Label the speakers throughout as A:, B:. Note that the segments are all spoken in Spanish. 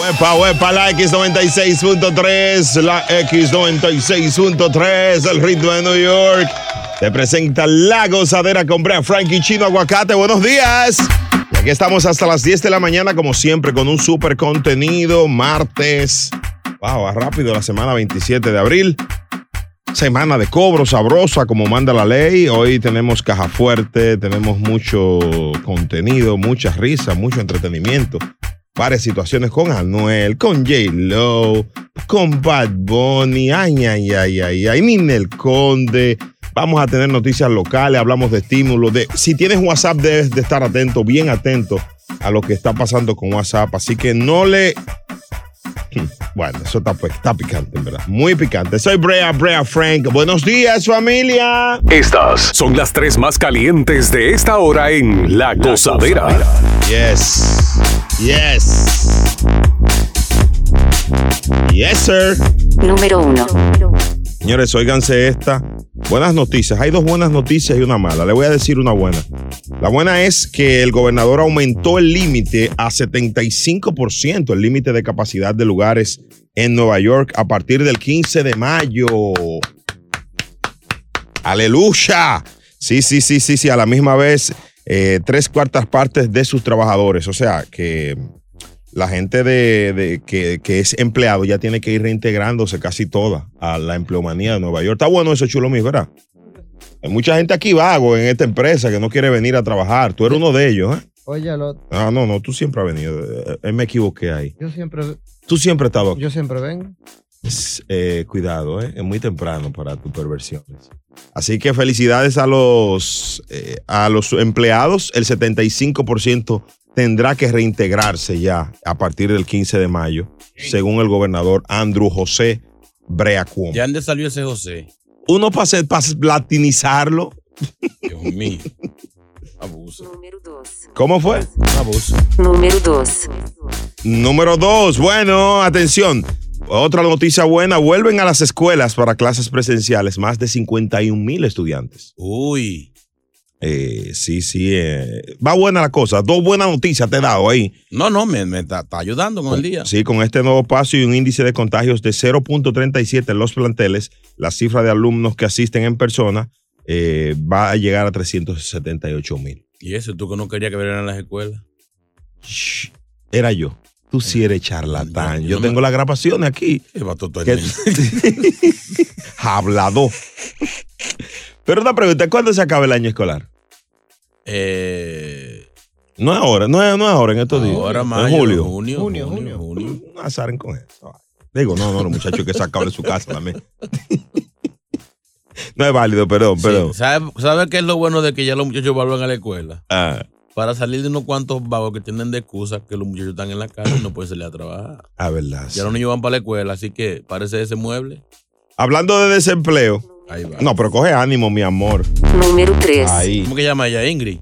A: Wepa, wepa, la X96.3, la X96.3, el ritmo de New York. Te presenta la gozadera con Brea Frankie Chino Aguacate. Buenos días. Y aquí estamos hasta las 10 de la mañana, como siempre, con un super contenido. Martes. Wow, va rápido la semana 27 de abril. Semana de cobro sabrosa, como manda la ley. Hoy tenemos caja fuerte, tenemos mucho contenido, muchas risas, mucho entretenimiento varias situaciones con Anuel, con J-Lo, con Bad Bunny, ay, ay, ay, ay, ay, Ninel Conde. Vamos a tener noticias locales, hablamos de estímulos. De, si tienes WhatsApp, debes de estar atento, bien atento a lo que está pasando con WhatsApp. Así que no le. Bueno, eso está, pues, está picante, en verdad. Muy picante. Soy Brea, Brea Frank. Buenos días, familia.
B: Estas son las tres más calientes de esta hora en La Gozadera.
A: Yes. Yes. Yes, sir.
C: Número uno.
A: Señores, óiganse esta. Buenas noticias. Hay dos buenas noticias y una mala. Le voy a decir una buena. La buena es que el gobernador aumentó el límite a 75%, el límite de capacidad de lugares en Nueva York a partir del 15 de mayo. Aleluya. Sí, sí, sí, sí, sí. A la misma vez, eh, tres cuartas partes de sus trabajadores. O sea, que la gente de, de- que, que es empleado ya tiene que ir reintegrándose casi toda a la empleomanía de Nueva York. Está bueno eso, chulo, mis, ¿verdad? Hay mucha gente aquí vago en esta empresa que no quiere venir a trabajar. Tú eres uno de ellos, ¿eh?
D: Oye, lo-
A: Ah, no, no, tú siempre has venido. Eh, eh, Me equivoqué ahí.
D: yo siempre,
A: Tú siempre has estado aquí.
D: yo siempre vengo.
A: Eh, cuidado, ¿eh? es muy temprano para tus perversiones. Así que felicidades a los, eh, a los empleados. El 75% tendrá que reintegrarse ya a partir del 15 de mayo, según el gobernador Andrew José Brea Cuomo.
E: ¿De dónde salió ese José?
A: Uno para latinizarlo.
E: Dios mío. Abuso.
C: Número dos.
A: ¿Cómo fue?
E: Abuso.
C: Número dos.
A: Número dos, bueno, atención. Otra noticia buena, vuelven a las escuelas para clases presenciales, más de 51 mil estudiantes.
E: Uy.
A: Eh, sí, sí. eh, Va buena la cosa. Dos buenas noticias te he dado ahí.
E: No, no, me, me está, está ayudando con el día.
A: Sí, con este nuevo paso y un índice de contagios de 0.37 en los planteles, la cifra de alumnos que asisten en persona eh, va a llegar a 378 mil.
E: Y eso, tú que no querías que vieran las escuelas.
A: Shh, Era yo. Tú sí eres charlatán.
E: Yo
A: Yo
E: Eh, no me-
A: tengo las grabaciones aquí.
E: Qué vato tú
A: Que-
E: eres.
A: Hablado. Pero una pregunta, ¿cuándo se acaba el año escolar?
E: Eh,
A: No es ahora, no es, no es ahora, en estos días.
E: ahora
A: en
E: mayo,
A: julio.
E: Ah, junio,
D: Junio,
E: junio, junio,
A: No azaren con eso. Digo, no, no, los muchachos que sacaban de su casa también. no es válido, perdón, perdón.
E: ¿Sabes sabe qué es lo bueno de que ya los muchachos vuelvan a la escuela?
A: Ah,
E: Para salir de unos cuantos vagos que tienen de excusa que los muchachos están en la casa y no pueden salir a trabajar.
A: ah, verdad. sí.
E: Ya los niños van para la escuela, así que parece ese mueble.
A: Hablando de desempleo.
E: Ahí va.
A: No, pero coge ánimo, mi amor.
C: Número tres.
A: Ahí.
E: ¿Cómo que llama ella? Ingrid.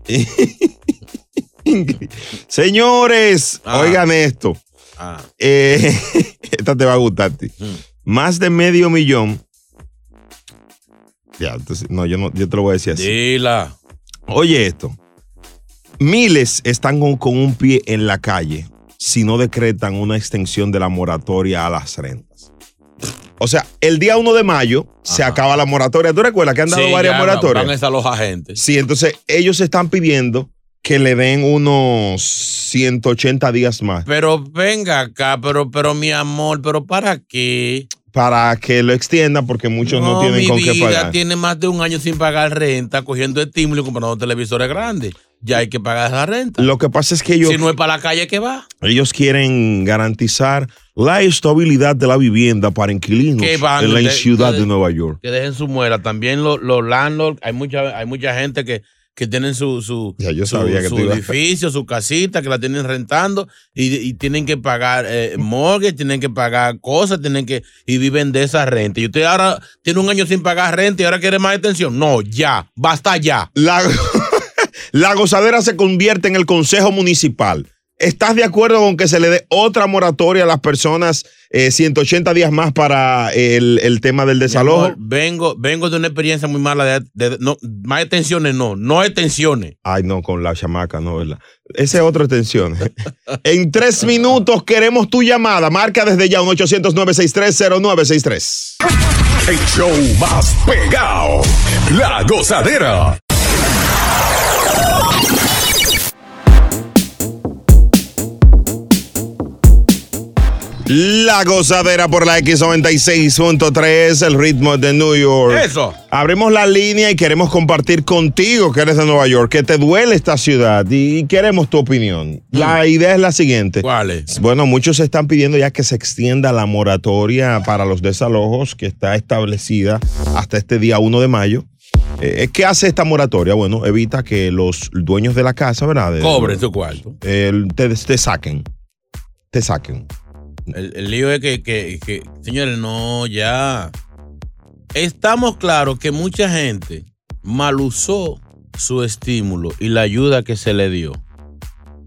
A: Señores,
E: Ah.
A: oigan esto.
E: Ah,
A: Eh, esta te va a gustar a ti.
E: Mm.
A: Más de medio millón. Ya, entonces, no, yo no, yo te lo voy a decir así.
E: dila.
A: Oye esto. Miles están con, con un pie en la calle si no decretan una extensión de la moratoria a las rentas. O sea, el día 1 de mayo se
E: Ajá.
A: acaba la moratoria. ¿Tú recuerdas que han dado
E: Sí,
A: varias
E: ya, Van a
A: moratorias?
E: estar los agentes.
A: Sí, entonces ellos están pidiendo que le den unos 180 días más
E: Pero venga acá, pero, pero mi amor, pero ¿para qué?
A: para que lo extiendan porque muchos no, tienen
E: mi
A: con
E: vida
A: qué pagar.
E: tiene más de un año sin pagar renta, cogiendo estímulo y comprando televisores grandes. Ya hay que pagar esa renta.
A: Lo que pasa es que ellos
E: si no es para la calle que va,
A: Ellos quieren garantizar la estabilidad de la vivienda para inquilinos
E: ¿Qué van?
A: en la
E: Ustedes-
A: ciudad de
E: ustedes-
A: Nueva York.
E: que dejen su muera. También los, los landlords, hay mucha, hay mucha gente que que tienen su, su,
A: Ya yo
E: su-
A: sabía que
E: su
A: te iba a-
E: edificio, su casita, que la tienen rentando y, y tienen que pagar eh, morgue, tienen que pagar cosas, tienen que y viven de esa renta. Y usted ahora tiene un año sin pagar renta y ahora quiere más atención. No, ya, basta ya.
A: La, la gozadera se convierte en el Consejo Municipal. ¿Estás de acuerdo con que se le dé otra moratoria a las personas eh, 180 días más para el, el tema del
E: Salud.
A: desalojo?
E: vengo, vengo de una experiencia muy mala de, de- no, más extensiones no, no extensiones.
A: Ay, no, con la chamaca, no, ¿verdad? Esa es otra extensión. en tres minutos queremos tu llamada. Marca desde ya un 800-963-0963.
B: El show más pegado. La gozadera.
A: La gozadera por la X96.3, el ritmo de New York.
E: Eso.
A: Abrimos la línea y queremos compartir contigo que eres de Nueva York, que te duele esta ciudad y queremos tu opinión. La idea es la siguiente.
E: ¿Cuál es?
A: Bueno, muchos están pidiendo ya que se extienda la moratoria para los desalojos que está establecida hasta este día 1 de mayo. Eh, ¿Qué hace esta moratoria? Bueno, evita que los dueños de la casa, ¿verdad? De-
E: Cobre su cuarto.
A: el- te, te saquen. Te saquen.
E: El, el lío es que, que- que- señores, no, ya. Estamos claros que mucha gente malusó su estímulo y la ayuda que se le dio.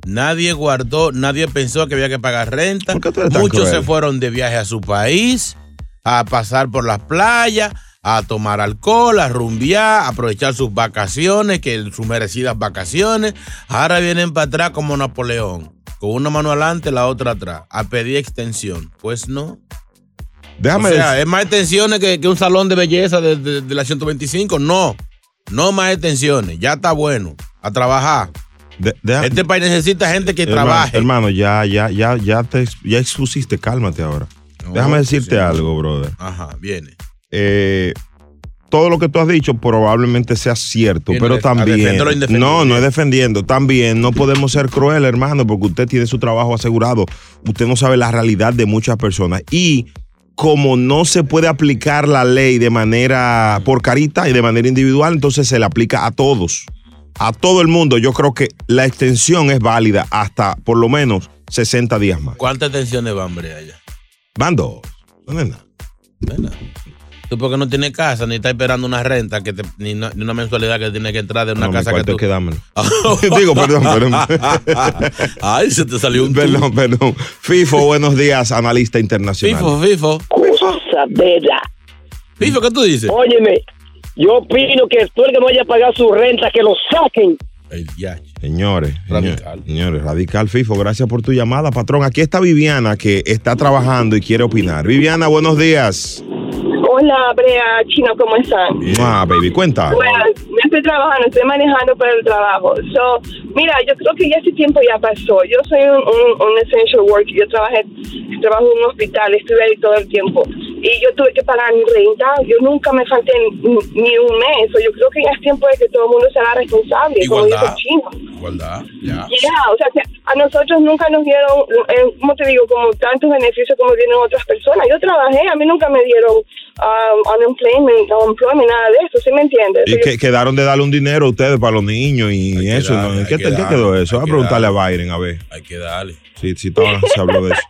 E: Nadie guardó, nadie pensó que había que pagar renta.
A: ¿Por qué tú eres tan
E: Muchos se
A: cruel?
E: fueron de viaje a su país, a pasar por las playas, a tomar alcohol, a rumbear, a aprovechar sus vacaciones, que sus merecidas vacaciones. Ahora vienen para atrás como Napoleón, con una mano adelante, la otra atrás, a pedir extensión. Pues no.
A: Déjame
E: o sea,
A: decir-
E: es más extensiones que, que un salón de belleza de, de- de la 125. No, no más extensiones. Ya está bueno. A trabajar.
A: de- deja- Eh,
E: Este país necesita gente que
A: hermano,
E: trabaje.
A: Hermano, ya, ya, ya, ya te ex- ya expusiste, cálmate ahora.
E: No,
A: Déjame decirte
E: sí.
A: algo, brother.
E: Ajá, viene.
A: eh, todo lo que tú has dicho probablemente sea cierto,
E: Bien,
A: pero
E: a
A: también...
E: defender lo indefendible.
A: No, no es defendiendo. También no podemos ser cruel, hermano, porque usted tiene su trabajo asegurado. Usted no sabe la realidad de muchas personas. Y como no se puede aplicar la ley de manera por carita y de manera individual, entonces se le aplica a todos. A todo el mundo. Yo creo que la extensión es válida hasta por lo menos 60 días más.
E: ¿Cuántas extensiones van, hombre, allá?
A: Mando. No es nada.
E: Nena, Tú porque no tienes casa, ni estás esperando una renta, que te- ni, una, ni una mensualidad que tiene que entrar de una
A: No, mi
E: casa que
A: cuarto
E: tú... Ah,
A: es que dámelo. Digo, perdón, perdón.
E: Ay, se te salió un...
A: Perdón, perdón. FIFO, buenos días, analista internacional.
E: Fifo, Fifo.
D: Gozadera.
E: Fifo, ¿qué tú dices?
D: Óyeme, yo opino que tú el que no haya pagado su renta, que lo saquen.
E: El yache.
A: Señores,
E: Radical.
A: señores, señores, radical FIFO, gracias por tu llamada, patrón. Aquí está Viviana que está trabajando y quiere opinar. Viviana, buenos días.
F: Hola, Brea, Chino, ¿cómo están?
A: Ah, baby, cuenta.
F: Bueno, me estoy trabajando, estoy manejando para el trabajo. So, mira, yo creo que ya ese tiempo ya pasó. Yo soy un, un- un essential worker, yo trabajé, trabajo en un hospital, estuve ahí todo el tiempo. Y yo tuve que pagar mi renta, yo nunca me falté ni, ni un mes. So, yo creo que ya es tiempo de que todo el mundo se haga responsable, como dice
E: Igualdad.
F: Chino.
E: Igualdad, ya.
F: Ya, o sea, que a nosotros nunca nos dieron, eh, ¿cómo te digo? Como tantos beneficios como tienen otras personas. Yo trabajé, a mí nunca me dieron um, unemployment, unemployment, nada de eso, ¿sí me entiendes?
A: Y que, quedaron de darle un dinero a ustedes para los niños y
E: Hay que
A: eso.
E: darle,
A: ¿no? ¿En
E: hay
A: ¿Qué,
E: que
A: te- qué
E: darle,
A: quedó eso?
E: hay
A: Voy a
E: que
A: preguntarle a Biden, a ver,
E: Hay que darle.
A: si, si estaba- se habló de eso.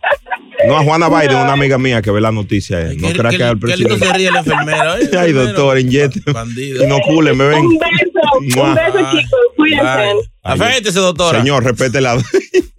A: No, a Juana Biden, una amiga mía que ve la noticia. eh.
E: Ay,
A: No
E: qué-
A: creas
E: qué-
A: que al
E: Qué lindo se
A: presidente.
E: ríe el enfermero. Ay,
A: Ay,
E: enfermero.
A: doctor, inyecte.
E: Bandido.
A: No culen, me ven.
F: Un beso, un beso,
E: Ay,
F: chicos, cuídense.
E: ay. Afeítese, doctora.
A: Señor, respete la.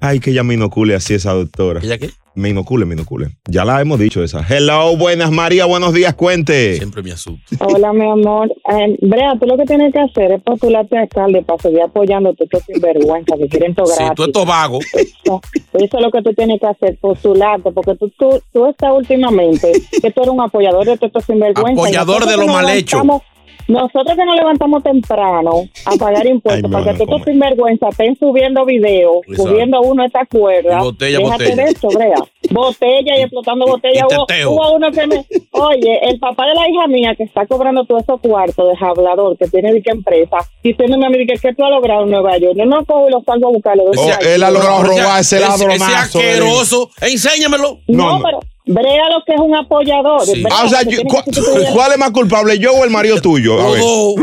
A: Ay, que ella me inocule así esa doctora.
E: ¿Ella qué?
A: Me inocule, me inocule. Ya la hemos dicho esa. Hello, buenas María, buenos días, cuente.
E: Siempre me asusta.
G: Hola, mi amor. Eh, Brea, tú lo que tienes que hacer es postularte a alcalde para seguir apoyándote estos sinvergüenzas que quieren todo
E: Sí,
G: gratis.
E: tú esto vago.
G: Eso eso es lo que tú tienes que hacer, postularte, porque tú, tú, tú estás últimamente que tú eres un apoyador de todos estos sinvergüenzas.
E: Apoyador
G: Nosotros
E: de
G: que
E: lo
G: nos
E: mal hecho.
G: levantamos- Nosotros que nos levantamos temprano a pagar impuestos
A: Ay,
G: para que
A: mano,
G: todos
A: come.
G: estos sinvergüenzas estén subiendo videos,
E: Exacto.
G: subiendo uno esta cuerda.
E: Y botella,
G: Déjate
E: botella.
G: de eso, Brea. Botella y explotando botella.
E: y
G: Hubo-
E: teteo.
G: hubo uno que me, oye, el papá de la hija mía que está cobrando todo esos cuartos de hablador que tiene de qué empresa, diciéndome a mí que ¿qué tú has logrado en Nueva York. No, no cojo y lo salgo a buscarlo.
A: Oh, él ha logrado robarse el
E: ese- Ese
A: ladronazo,
E: asqueroso. Enséñamelo.
A: eh. no,
G: no,
A: no.
G: pero Brea lo que es un apoyador.
E: Sí.
G: Brea
A: Ah, o sea,
G: lo que
A: yo-
G: tiene
A: ¿cu-
G: que sustituir-
A: ¿cuál es más culpable, yo o el marido tuyo? A ver.
E: Todo.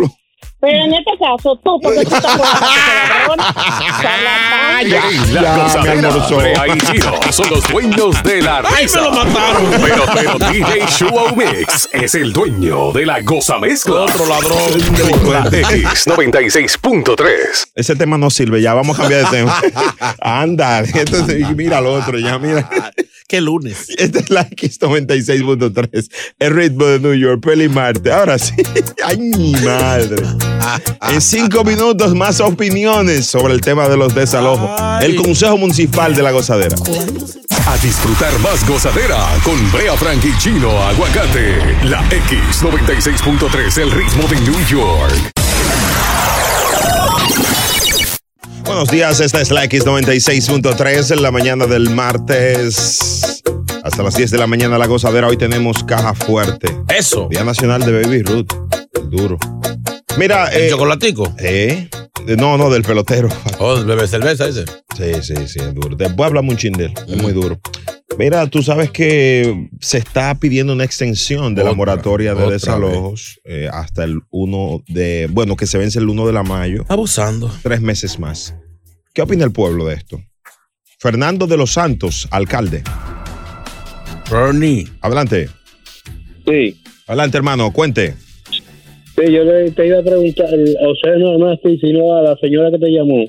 C: Pero en este caso, tú, porque tú estás con la
B: En la gozadera, Brea y Chino son los dueños de la risa.
E: ¡Ay, me lo mataron!
B: Pero, pero DJ Show Mix es el dueño de la goza mezcla. Otro ladrón. X 96.3.
A: Ese tema no sirve, ya vamos a cambiar de tema. Anda, entonces mira al otro, ya mira.
E: ¡Qué lunes!
A: Esta Este es la X96.3, el ritmo de New York, peli Marte. Ahora sí, ay mi madre. En cinco minutos más opiniones sobre el tema de los desalojos. El Consejo Municipal de la Gozadera.
B: A disfrutar más gozadera con Brea Frank y Chino Aguacate. La X96.3, el ritmo de New York.
A: Buenos días, esta es la X96.3 en la mañana del martes. Hasta las 10 de la mañana la gozadera. Hoy tenemos caja fuerte.
E: ¡Eso!
A: Día Nacional de Baby Ruth. El duro. Mira,
E: ¿El
A: eh,
E: chocolatico?
A: eh, no, no, del pelotero.
E: ¿O bebe cerveza ese?
A: Sí, sí, sí, es duro. Después hablamos un chin de él, es muy duro. Mira, tú sabes que se está pidiendo una extensión de la
E: Otra,
A: moratoria de
E: otra
A: desalojos eh, hasta el 1 de, bueno, que se vence el 1 de la mayo,
E: Abusando.
A: tres meses más. ¿Qué opina el pueblo de esto? Fernando de los Santos, alcalde.
E: Bernie.
A: Adelante,
H: Sí.
A: adelante hermano, cuente.
H: Sí, yo le te iba a preguntar, o sea, no, no a ti, sino a la señora que te llamó.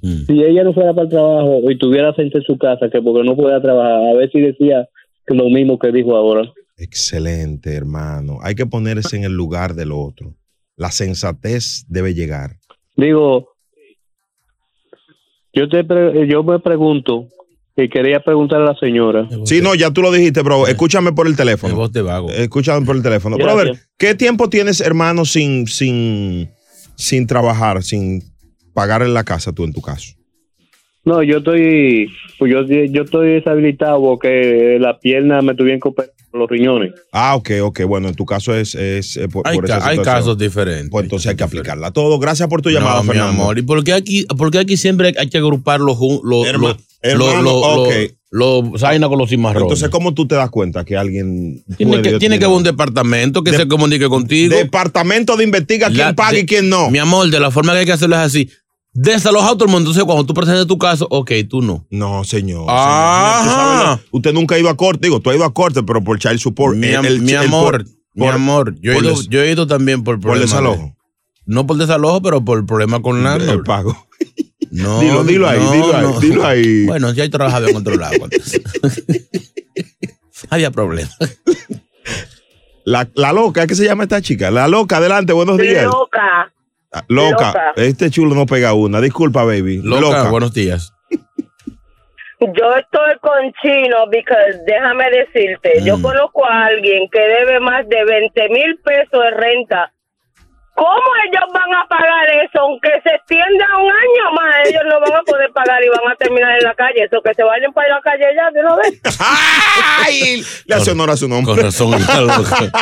E: Mm.
H: Si ella no fuera para el trabajo y tuviera gente en su casa, que porque no podía trabajar, a ver si decía lo mismo que dijo ahora.
A: Excelente, hermano. Hay que ponerse en el lugar del otro. La sensatez debe llegar.
H: Digo, yo te pre- yo me pregunto y quería preguntar a la señora.
A: Sí, no, ya tú lo dijiste, bro. Escúchame por el
E: El
A: teléfono.
E: voz de vago.
A: Escuchando Eh, por el teléfono. Pero a ver,
H: Gracias.
A: ¿qué tiempo tienes, hermano, sin, sin, sin trabajar, sin pagar en la casa tú en tu caso?
H: No, yo estoy pues yo, yo estoy deshabilitado porque la pierna me tuvieron que operar por los riñones.
A: Ah, ok, ok. Bueno, en tu caso es, es eh, por,
E: Hay,
A: por esa
E: ca- hay
A: situación.
E: casos diferentes.
A: Pues entonces hay que
E: Diferentes.
A: aplicarla a todo. Gracias por tu llamada,
E: no, mi
A: Fernando.
E: amor. ¿Y por qué aquí, por qué aquí siempre hay que agrupar los jun- los
A: Herma-
E: los-
A: hermano,
E: los- los-
A: ok.
E: los- los zaina con los cimarrones?
A: Entonces, ¿cómo tú te das cuenta que alguien
E: tiene
A: puede
E: que,
A: o
E: tiene que haber un
A: no?
E: departamento que
A: De-
E: se comunique contigo.
A: Departamento de investiga quién
E: La-
A: paga
E: de-
A: y quién no.
E: Mi amor, de la forma que hay que hacerlo es así. Desaloja a todo el mundo. Entonces, cuando tú presentes tu caso, ok, tú no.
A: No, señor.
E: Ajá.
A: señor. Tú sabes lo- Usted nunca ha ido a corte. Digo, tú has ido a corte, pero por child support.
E: mi,
A: El-
E: am-
A: el-
E: mi
A: el-
E: amor,
A: por-
E: mi
A: por-
E: amor, yo he,
A: por
E: ido,
A: des-
E: yo he ido también por
A: Por
E: problemas de-
A: desalojo.
E: no por desalojo, pero por problema con
A: El
E: landlord.
A: pago.
E: No,
A: Dilo, dilo ahí,
E: no,
A: dilo ahí,
E: no.
A: dilo ahí.
E: Bueno, ya trabajaba en otro lado. entonces. Había problemas.
A: La, la loca, ¿qué se llama esta chica? La loca, adelante, buenos días.
C: loca.
A: Ah, Loca.
C: loca.
A: Este chulo no pega una. Disculpa, baby.
E: Loca,
A: Loca.
E: buenos días.
C: Yo estoy con chino, because déjame decirte, yo
E: Mm.
C: conozco a alguien que debe más de 20 mil pesos de renta. ¿Cómo ellos van a pagar eso? Aunque se extienda un año más, ellos no van a poder pagar y van a terminar en la calle. Eso que se vayan para la calle ya de una vez.
A: ¡Ay! Le hace honor a su
E: Con
A: nombre.
E: razón, está loca.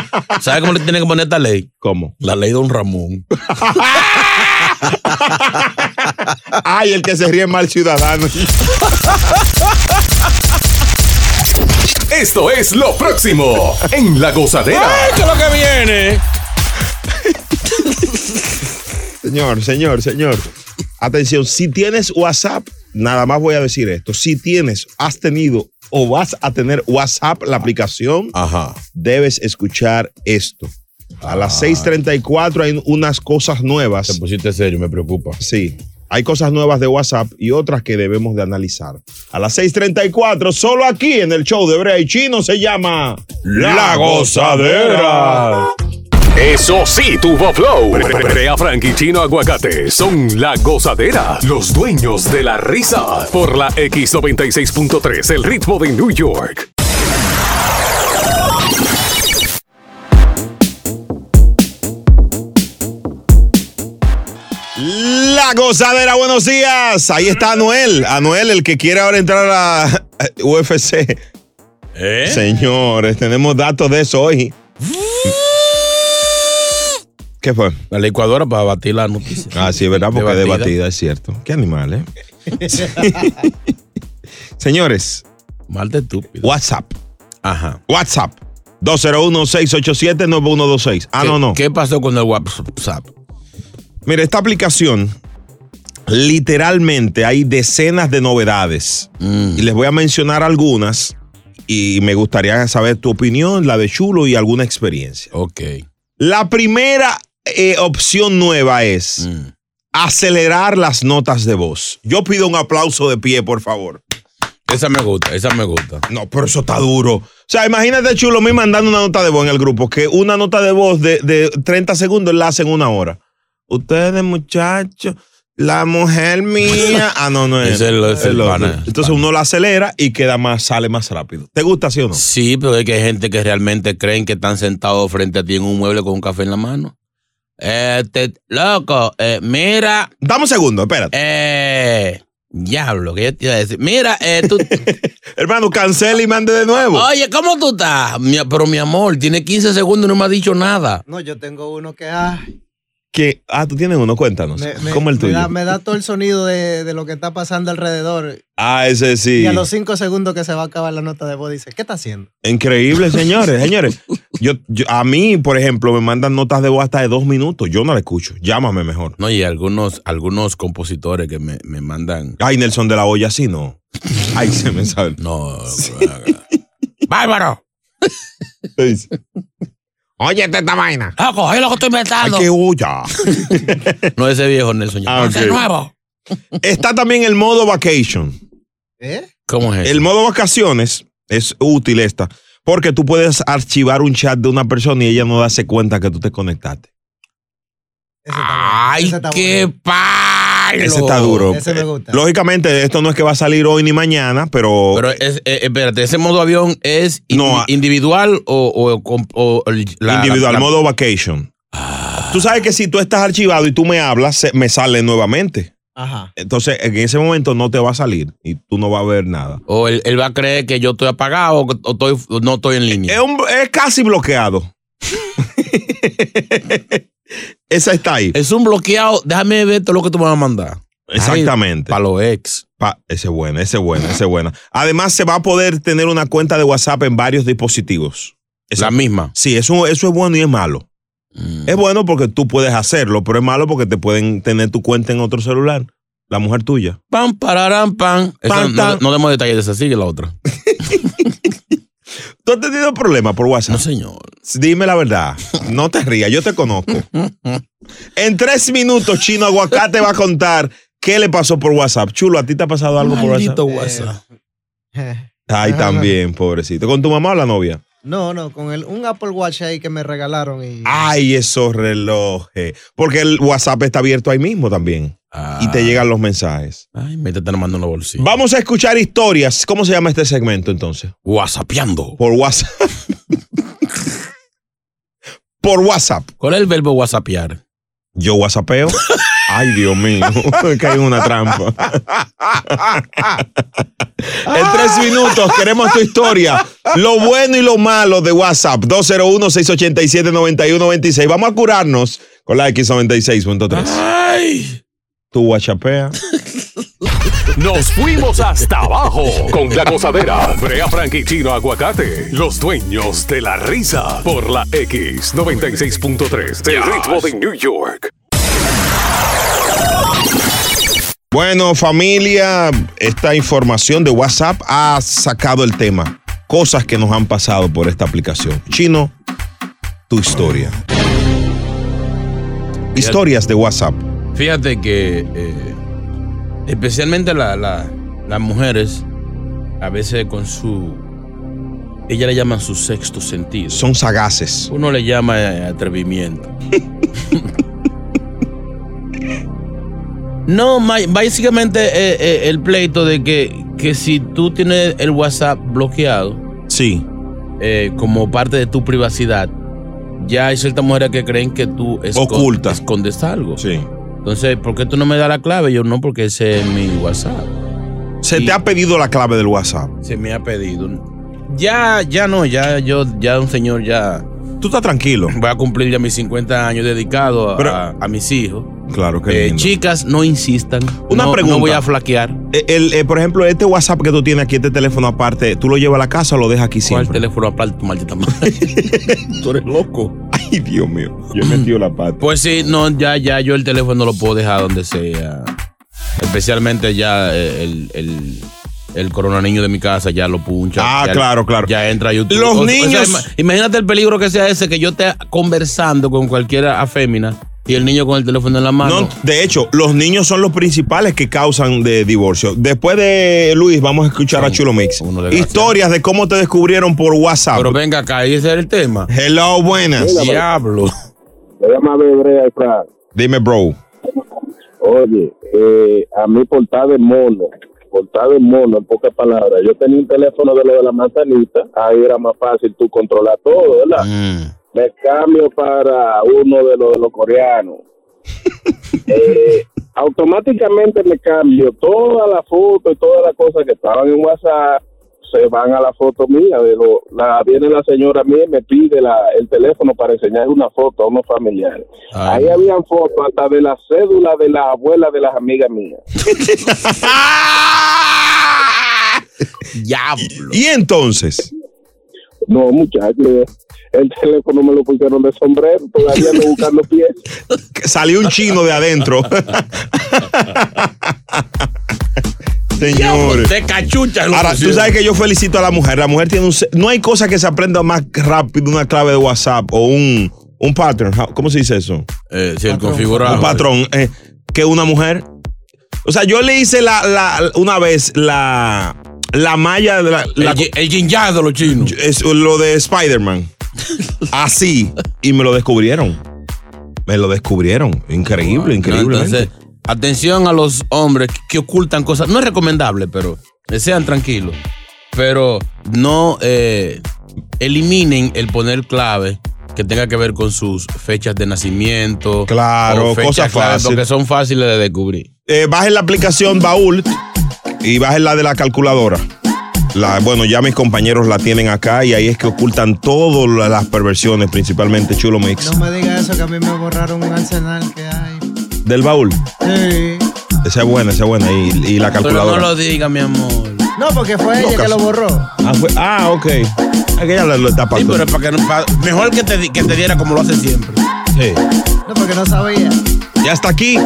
E: ¿Sabes cómo le tiene que poner esta ley?
A: ¿Cómo?
E: La ley de Don Ramón.
A: ¡Ay, el que se ríe es mal ciudadano!
B: Esto es lo próximo en la gozadera.
E: ¿Qué es lo que viene?
A: Señor, señor, señor. Atención, si tienes WhatsApp, nada más voy a decir esto. Si tienes, has tenido o vas a tener WhatsApp, la aplicación,
E: Ajá.
A: debes escuchar esto. A las 6:34 hay unas cosas nuevas.
E: Ah. Te pusiste serio, me preocupa.
A: Sí. Hay cosas nuevas de WhatsApp y otras que debemos de analizar. A las 6:34, solo aquí en el show de Brea y Chino se llama La Gozadera.
B: Eso sí, tuvo flow. Brea Frank y Chino Aguacate son la gozadera, los dueños de la risa. Por la X96.3, el ritmo de New York.
A: La Gozadera, buenos días. Ahí está Anuel. Anuel, el que quiere ahora entrar a a UFC.
E: ¿Eh?
A: Señores, tenemos datos de eso hoy. Ah, ¿Qué fue?
E: La licuadora para batir la noticia.
A: Ah, sí, es verdad, porque
E: Debatida.
A: debatida, es cierto. Qué animal, ¿eh? Señores,
E: Mal de estúpido.
A: WhatsApp.
E: Ajá.
A: WhatsApp. 201-687-9126. Ah,
E: ¿Qué-
A: no, no.
E: ¿Qué pasó con el WhatsApp?
A: Mira, esta aplicación, literalmente hay decenas de novedades.
E: Mm.
A: Y les voy a mencionar algunas. Y me gustaría saber tu opinión, la de Chulo y alguna experiencia.
E: Ok.
A: La primera eh, opción nueva es
E: Mm.
A: acelerar las notas de voz. Yo pido un aplauso de pie, por favor.
E: Esa me gusta, esa me gusta.
A: No, pero eso está duro. O sea, imagínate, Chulo, me mandando una nota de voz en el grupo, que una nota de voz de, de 30 segundos la hacen una hora. Ustedes, muchachos, la mujer mía. Ah, no, no es.
E: Ese es el- ese es el
A: otro.
E: pana.
A: Entonces uno la acelera y queda más, sale más rápido. ¿Te gusta, sí o no?
E: Sí, pero es que hay gente que realmente creen que están sentados frente a ti en un mueble con un café en la mano. Este, loco, eh, mira,
A: Dame un segundo, espérate.
E: eh, diablo, que yo te iba a decir. Mira, eh, tú,
A: Hermano, cancela y mande de nuevo.
E: oye, ¿cómo tú estás? Mi- pero mi amor, tiene 15 segundos y no me ha dicho nada.
I: No, yo tengo uno que ah,
A: Que, ah, tú tienes uno, cuéntanos.
I: me, me-
A: ¿Cómo el
I: me
A: tuyo?
I: da, me da todo el sonido de, de lo que está pasando alrededor.
A: Ah, ese sí.
I: Y a los cinco segundos que se va a acabar la nota de voz, dice, ¿qué está haciendo?
A: Increíble, señores, señores. Yo, yo- a mí, por ejemplo, me mandan notas de voz hasta de dos minutos. Yo no la escucho. Llámame mejor.
E: No, y algunos, algunos compositores que me, me mandan.
A: Ay, Nelson de la olla, sí, no. Ay, se me sabe.
E: No, bárbaro,
A: Te dice, Óyete esta vaina.
E: loco, es lo que estoy
A: Ay,
E: inventando.
A: qué olla.
E: No, ese viejo Nelson.
A: Ah,
E: Ah,
A: ok.
E: nuevo.
A: Está también el modo vacation.
I: ¿Eh?
E: ¿Cómo es?
A: El modo vacaciones es útil esta. Porque tú puedes archivar un chat de una persona y ella no darse cuenta que tú te conectaste.
I: Ese está bueno,
E: Ay,
I: ese está
E: qué
I: bueno.
E: palo.
A: Ese está duro. Eh,
I: Ese me gusta.
A: Lógicamente, esto no es que va a salir hoy ni mañana, pero,
E: Pero es- eh, espérate, ese modo avión es in-
A: No, ah.
E: individual o, o com- o el- la-
A: individual,
E: la- Ah.
A: modo vacation. Tú sabes que si tú estás archivado y tú me hablas, se- me sale nuevamente.
I: Ajá.
A: Entonces, en ese momento no te va a salir y tú no vas a ver nada.
E: O él, él va a creer que yo estoy apagado o, o estoy, o no estoy en
A: Es,
E: línea.
A: un- es casi bloqueado. Esa está ahí.
E: Es un bloqueado. Déjame ver todo lo que tú me vas a mandar.
A: Exactamente.
E: Para los ex.
A: Pa- ese es buena, ese es buena, ese es buena. Además, se va a poder tener una cuenta de WhatsApp en varios dispositivos. Esa-
E: La misma.
A: sí, eso, eso es bueno y es malo.
E: Mm.
A: Es bueno porque tú puedes hacerlo, pero es malo porque te pueden tener tu cuenta en otro celular, la mujer tuya.
E: Pam, pararán, pam. Esa
A: Pan,
E: no,
A: tan.
E: no demos detalles de esa. Sigue la otra.
A: ¿Tú has tenido problemas por WhatsApp?
E: No, señor.
A: Dime la verdad. No te rías, yo te conozco. en tres minutos, Chino Aguacate va a contar qué le pasó por WhatsApp. Chulo, ¿a ti te ha pasado algo por WhatsApp? Eh,
E: Maldito
I: WhatsApp.
E: WhatsApp.
A: Ay, también, pobrecito. ¿Con tu mamá o la novia?
I: No, no, con el, un Apple Watch ahí que me regalaron y...
A: Ay, esos relojes. Porque el WhatsApp está abierto ahí mismo también. Y te
E: Ah.
A: llegan los mensajes.
E: Ay, me te están mandando en los bolsillos.
A: Vamos a escuchar historias. ¿Cómo se llama este segmento entonces?
E: Whatsappeando.
A: Por WhatsApp. por WhatsApp.
E: ¿Cuál es el verbo whatsappear?
A: Yo whatsappeo. Ay, Dios mío. Caí en una trampa. en tres minutos queremos tu historia. Lo bueno y lo malo de WhatsApp. 201-687-9196. Vamos a curarnos con la X96.3.
E: Ay.
A: Tú whatsappea.
B: Nos fuimos hasta abajo con la gozadera. Brea Frank y Chino Aguacate, los dueños de la risa por la X96.3 del ritmo de New York.
A: Bueno, familia, esta información de WhatsApp ha sacado el tema. Cosas que nos han pasado por esta aplicación. Chino, tu historia. Historias de WhatsApp.
E: Fíjate que eh, especialmente la- la- las mujeres, a veces con su... Ellas le llaman su sexto sentido.
A: Son sagaces.
E: Uno le llama eh, atrevimiento. no, ma- básicamente eh, eh, el pleito de que, que si tú tienes el WhatsApp bloqueado,
A: Sí.
E: eh, como parte de tu privacidad, ya hay ciertas mujeres que creen que tú esco-
A: Oculta.
E: escondes algo.
A: Sí.
E: Entonces, ¿por qué tú no me das la clave? Yo no, porque ese es mi WhatsApp.
A: Se
E: Sí.
A: te ha pedido la clave del WhatsApp.
E: Se me ha pedido. Ya, ya no, ya yo, ya un señor ya
A: Tú estás tranquilo.
E: voy a cumplir ya mis 50 años dedicado a,
A: Pero-
E: a- a mis hijos.
A: Claro que
E: Eh,
A: sí.
E: chicas, no insistan.
A: Una
E: No-
A: pregunta.
E: No voy a flaquear.
A: E, por ejemplo, este WhatsApp que tú tienes aquí, este teléfono aparte, ¿tú lo llevas a la casa o lo dejas aquí
E: ¿Cuál
A: siempre?
E: teléfono aparte, tu maldita madre? Tú eres loco.
A: Ay, Dios mío. Yo he metido la pata.
E: Pues sí, no, ya, ya, yo el teléfono lo puedo dejar donde sea. Especialmente ya eh, el, el, el corona niño de mi casa ya lo puncha.
A: Ah,
E: Ya-
A: claro, claro.
E: Ya entra a YouTube.
A: Los
E: O- o sea,
A: niños-
E: ima- imagínate el peligro que sea ese, que yo esté conversando con cualquier afémina y el niño con el teléfono en la mano.
A: Ah, No, de hecho, los niños son los principales que causan de divorcio. Después de Luis, vamos a escuchar a Chulo Mix.
E: uno desgraciado.
A: Historias de cómo te descubrieron por WhatsApp.
E: Pero venga acá, y ese es el tema.
A: Hello, buenas.
E: Diablo.
J: Voy a más bebrea acá.
A: Dime, bro.
J: Oye, eh, a mí portada de mono, portada de mono, en pocas palabras. Yo tenía un teléfono de lo de la manzanita, ahí era más fácil tú controlar todo, ¿verdad?
E: Mm.
J: Me cambio para uno de los de los coreanos. Eh, automáticamente me cambio toda la foto y todas las cosas que estaban en WhatsApp se van a la foto mía de lo la viene la señora mía y me pide la, el teléfono para enseñar una foto a unos familiares
E: Ay.
J: ahí habían fotos hasta de la cédula de la abuela de las amigas mías
E: Diablo.
A: Y entonces,
J: no muchachos el teléfono me lo pusieron de sombrero todavía no buscando pies
A: salió un chino de adentro. Señores.
E: Te cachucha. lo
A: Ahora, tú
E: pusieron.
A: sabes que yo felicito a la mujer. La mujer tiene un. se- No hay cosa que se aprenda más rápido una clave de WhatsApp o un, un pattern. How- ¿Cómo se dice eso?
E: Eh, sí, el
I: Patrón.
E: configurado.
A: un patrón. eh, que una mujer. O sea, yo le hice la, la- una vez la, la malla. de La,
E: El,
A: la-
E: gi- el guinjado de los chinos.
A: es lo de Spider-Man. Así. Y me lo descubrieron. Me lo descubrieron. Increíble, increíble.
E: Entonces, atención a los hombres que, que ocultan cosas. No es recomendable, pero eh, sean tranquilos. Pero no eh, eliminen el poner clave que tenga que ver con sus fechas de nacimiento.
A: Claro,
E: o fechas
A: cosas
E: clave,
A: fáciles.
E: Porque son fáciles de descubrir.
A: eh, bajen la aplicación Baúl y bajen la de la calculadora. La- bueno, ya mis compañeros la tienen acá y ahí es que ocultan todas la- las perversiones, principalmente Chulo Mix.
I: No me digas eso, que a mí me borraron un arsenal que hay.
A: Del Baúl.
I: Sí.
A: Esa es buena, esa es buena. Y, y la
E: Pero no
A: calculadora.
E: lo diga, mi amor.
I: No, porque fue ella
A: Locas.
I: que lo borró.
A: ah, fue- ah, ok. Aquella lo, lo está
E: Sí,
A: pasando.
E: pero para que no- pa- mejor que te, di- que te diera como lo hace siempre.
A: Sí.
I: No, porque no sabía.
A: Ya está aquí.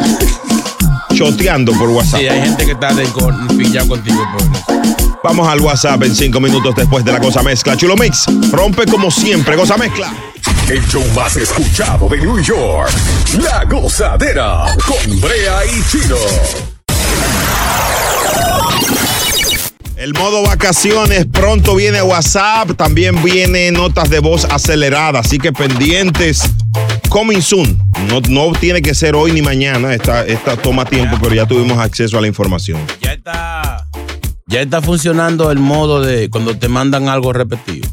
A: Choteando por WhatsApp.
E: Sí, hay gente que está de con, pillado contigo por eso.
A: Vamos al WhatsApp en cinco minutos después de la cosa mezcla. Chulo Mix rompe como siempre, cosa mezcla.
K: El show más escuchado de New York. La gozadera con Brea y Chino.
A: El modo vacaciones pronto viene WhatsApp, también viene notas de voz aceleradas, así que pendientes. Coming soon. No, no tiene que ser hoy ni mañana, esta, esta toma tiempo, pero ya tuvimos acceso a la información.
E: Ya está. Ya está funcionando el modo de cuando te mandan algo repetido.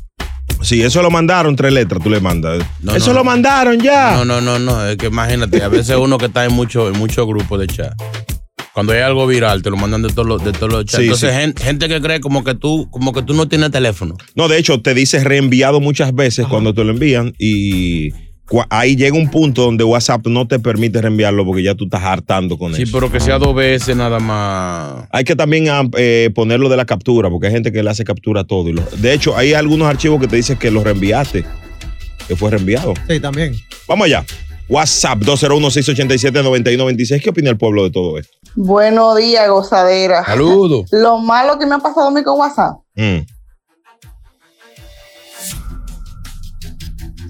A: Sí, eso lo mandaron, tres letras, tú le mandas.
E: No,
A: eso
E: no.
A: lo mandaron ya.
E: No, no, no, no. Es que imagínate, a veces uno que está en muchos en muchos grupos de chat. Cuando hay algo viral, te lo mandan de todos los, de todos los chats.
A: Sí,
E: Entonces,
A: sí.
E: gen- gente, que cree como que tú, como que tú no tienes teléfono.
A: No, de hecho, te dice reenviado muchas veces cuando te lo envían y cua- ahí llega un punto donde WhatsApp no te permite reenviarlo porque ya tú estás hartando con
E: Sí,
A: eso.
E: pero que sea dos veces nada más.
A: Hay que también ah, eh, ponerlo de la captura, porque hay gente que le hace captura a todo. Y lo- de hecho, hay algunos archivos que te dicen que los reenviaste, que fue reenviado.
I: Sí, también.
A: Vamos allá. WhatsApp 201-687-9126. ¿Qué opina el pueblo de todo esto?
L: Buenos días, gozadera.
E: Saludos.
L: Lo malo que me ha pasado a mí con WhatsApp.
A: Mm.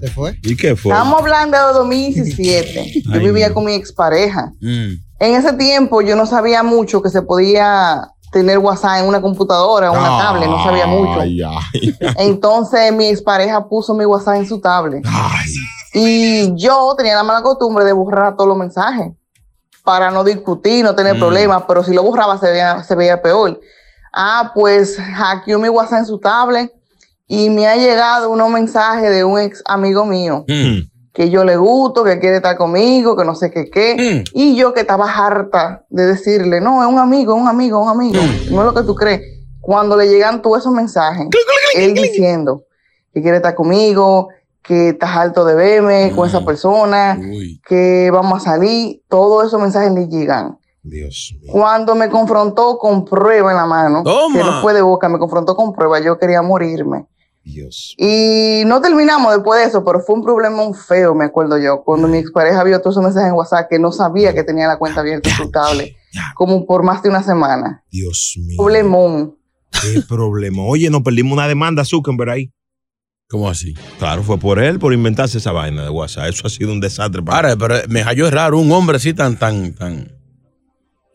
I: Se fue.
A: ¿Y qué fue?
L: Estamos hablando de 2017. Yo
A: Ay,
L: vivía
A: no. Mm.
L: con mi expareja. En ese tiempo yo no sabía mucho que se podía tener WhatsApp en una computadora o una tablet, no sabía mucho.
A: Ay, ay,
L: Entonces mi expareja puso mi WhatsApp en su tablet.
A: ay.
L: Y yo tenía la mala costumbre de borrar todos los mensajes para no discutir, no
A: Mm.
L: tener problemas, pero si lo borraba se veía, se veía peor. Ah, pues hackeó mi WhatsApp en su tablet y me ha llegado unos mensajes de un ex amigo mío
A: Mm.
L: que yo le gusto, que quiere estar conmigo, que no sé qué qué.
E: Mm.
L: Y yo que estaba harta de decirle, no, es un amigo, es un amigo, es un amigo.
E: Mm.
L: No es lo que tú crees. Cuando le llegan todos esos mensajes, él diciendo que quiere estar conmigo, que estás harto de verme con esa persona,
E: Mm. Uy.
L: que vamos a salir, todos esos mensajes le llegan.
A: Dios mío.
L: Cuando me confrontó con prueba en la mano,
E: Toma.
L: que no fue de boca, me confrontó con prueba, yo quería morirme.
A: Dios.
L: Y no terminamos después de eso, pero fue un problema un feo, me acuerdo yo, cuando mi expareja vio todos esos mensajes en WhatsApp que no sabía que tenía la cuenta abierta en su tablet, como por más de una semana.
A: Dios mío.
L: Problemón.
A: Qué problema. Oye, nos perdimos una demanda a Zuckerberg ahí.
E: ¿Cómo así?
A: Claro, fue por él, por inventarse esa vaina de WhatsApp. Eso ha sido un desastre para
E: Ahora, pero me halló raro un hombre así tan, tan, tan,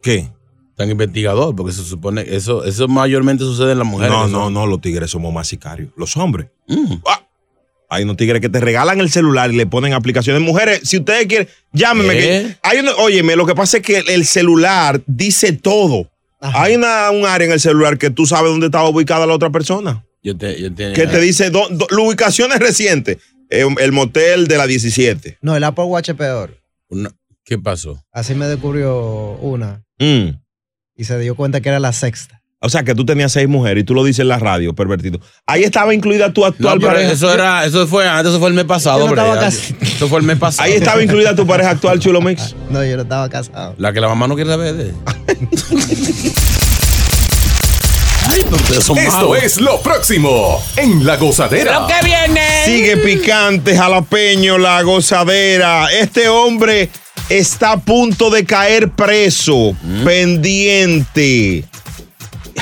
A: ¿Qué?
E: tan investigador, porque se supone que eso, eso mayormente sucede en las mujeres.
A: No,
E: que
A: no,
E: son-
A: no, los tigres somos más sicarios. Los hombres.
E: Mm.
A: Ah, hay unos tigres que te regalan el celular y le ponen aplicaciones. Mujeres, si ustedes quieren, llámenme.
E: ¿Eh?
A: que- hay uno, óyeme, lo que pasa es que el celular dice todo. Hay una, un área en el celular que tú sabes dónde está ubicada la otra persona.
E: Yo te, yo te,
A: Que te dice, do- do- la ubicación es reciente. Eh, el motel de la 17.
I: No, el Apple Watch es peor.
E: una- ¿Qué pasó?
I: Así me descubrió una
A: Mm.
I: y se dio cuenta que era la sexta.
A: O sea, que tú tenías seis mujeres y tú lo dices en la radio, pervertido. Ahí estaba incluida tu
E: No,
A: actual
E: pero
A: pareja.
E: eso era, eso fue antes, eso fue el mes pasado,
I: Yo no
E: hombre,
I: estaba
E: ya,
I: casi-
E: Eso fue el mes pasado.
A: Ahí estaba incluida tu pareja actual, Chulo Mix.
I: No, yo no estaba casado.
E: La que la mamá no quiere saber de. Ay, pero ustedes son
B: Esto
E: malos.
B: es lo próximo en La Gozadera.
A: Sigue picante, jalapeño, la gozadera. Este hombre está a punto de caer preso,
E: Mm.
A: pendiente.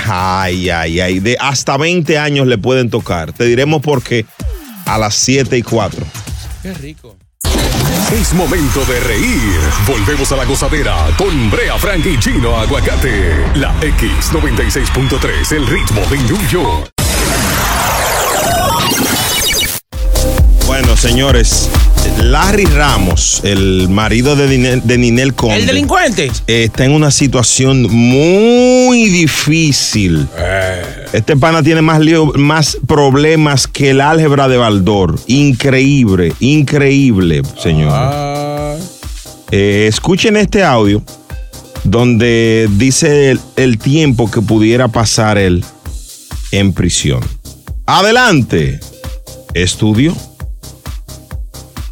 A: Ay, ay, ay. De hasta 20 años le pueden tocar. Te diremos por qué a las 7 y 4.
E: Qué rico.
B: Es momento de reír. Volvemos a la gozadera con Brea Frank y Chino Aguacate. La X96.3, el ritmo de New York.
A: Bueno, señores, Larry Ramos, el marido de Ninel, de Ninel Conde,
E: El delincuente.
A: eh, está en una situación muy difícil.
E: Eh.
A: Este pana tiene más, lío- más problemas que el álgebra de Baldor. Increíble, increíble, señor.
E: Ah.
A: Eh, escuchen este audio donde dice el, el tiempo que pudiera pasar él en prisión. Adelante, estudio.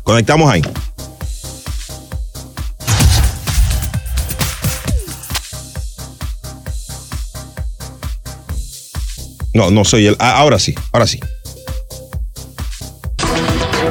A: Conectamos ahí. No, no soy él. Ah, ahora sí, ahora sí.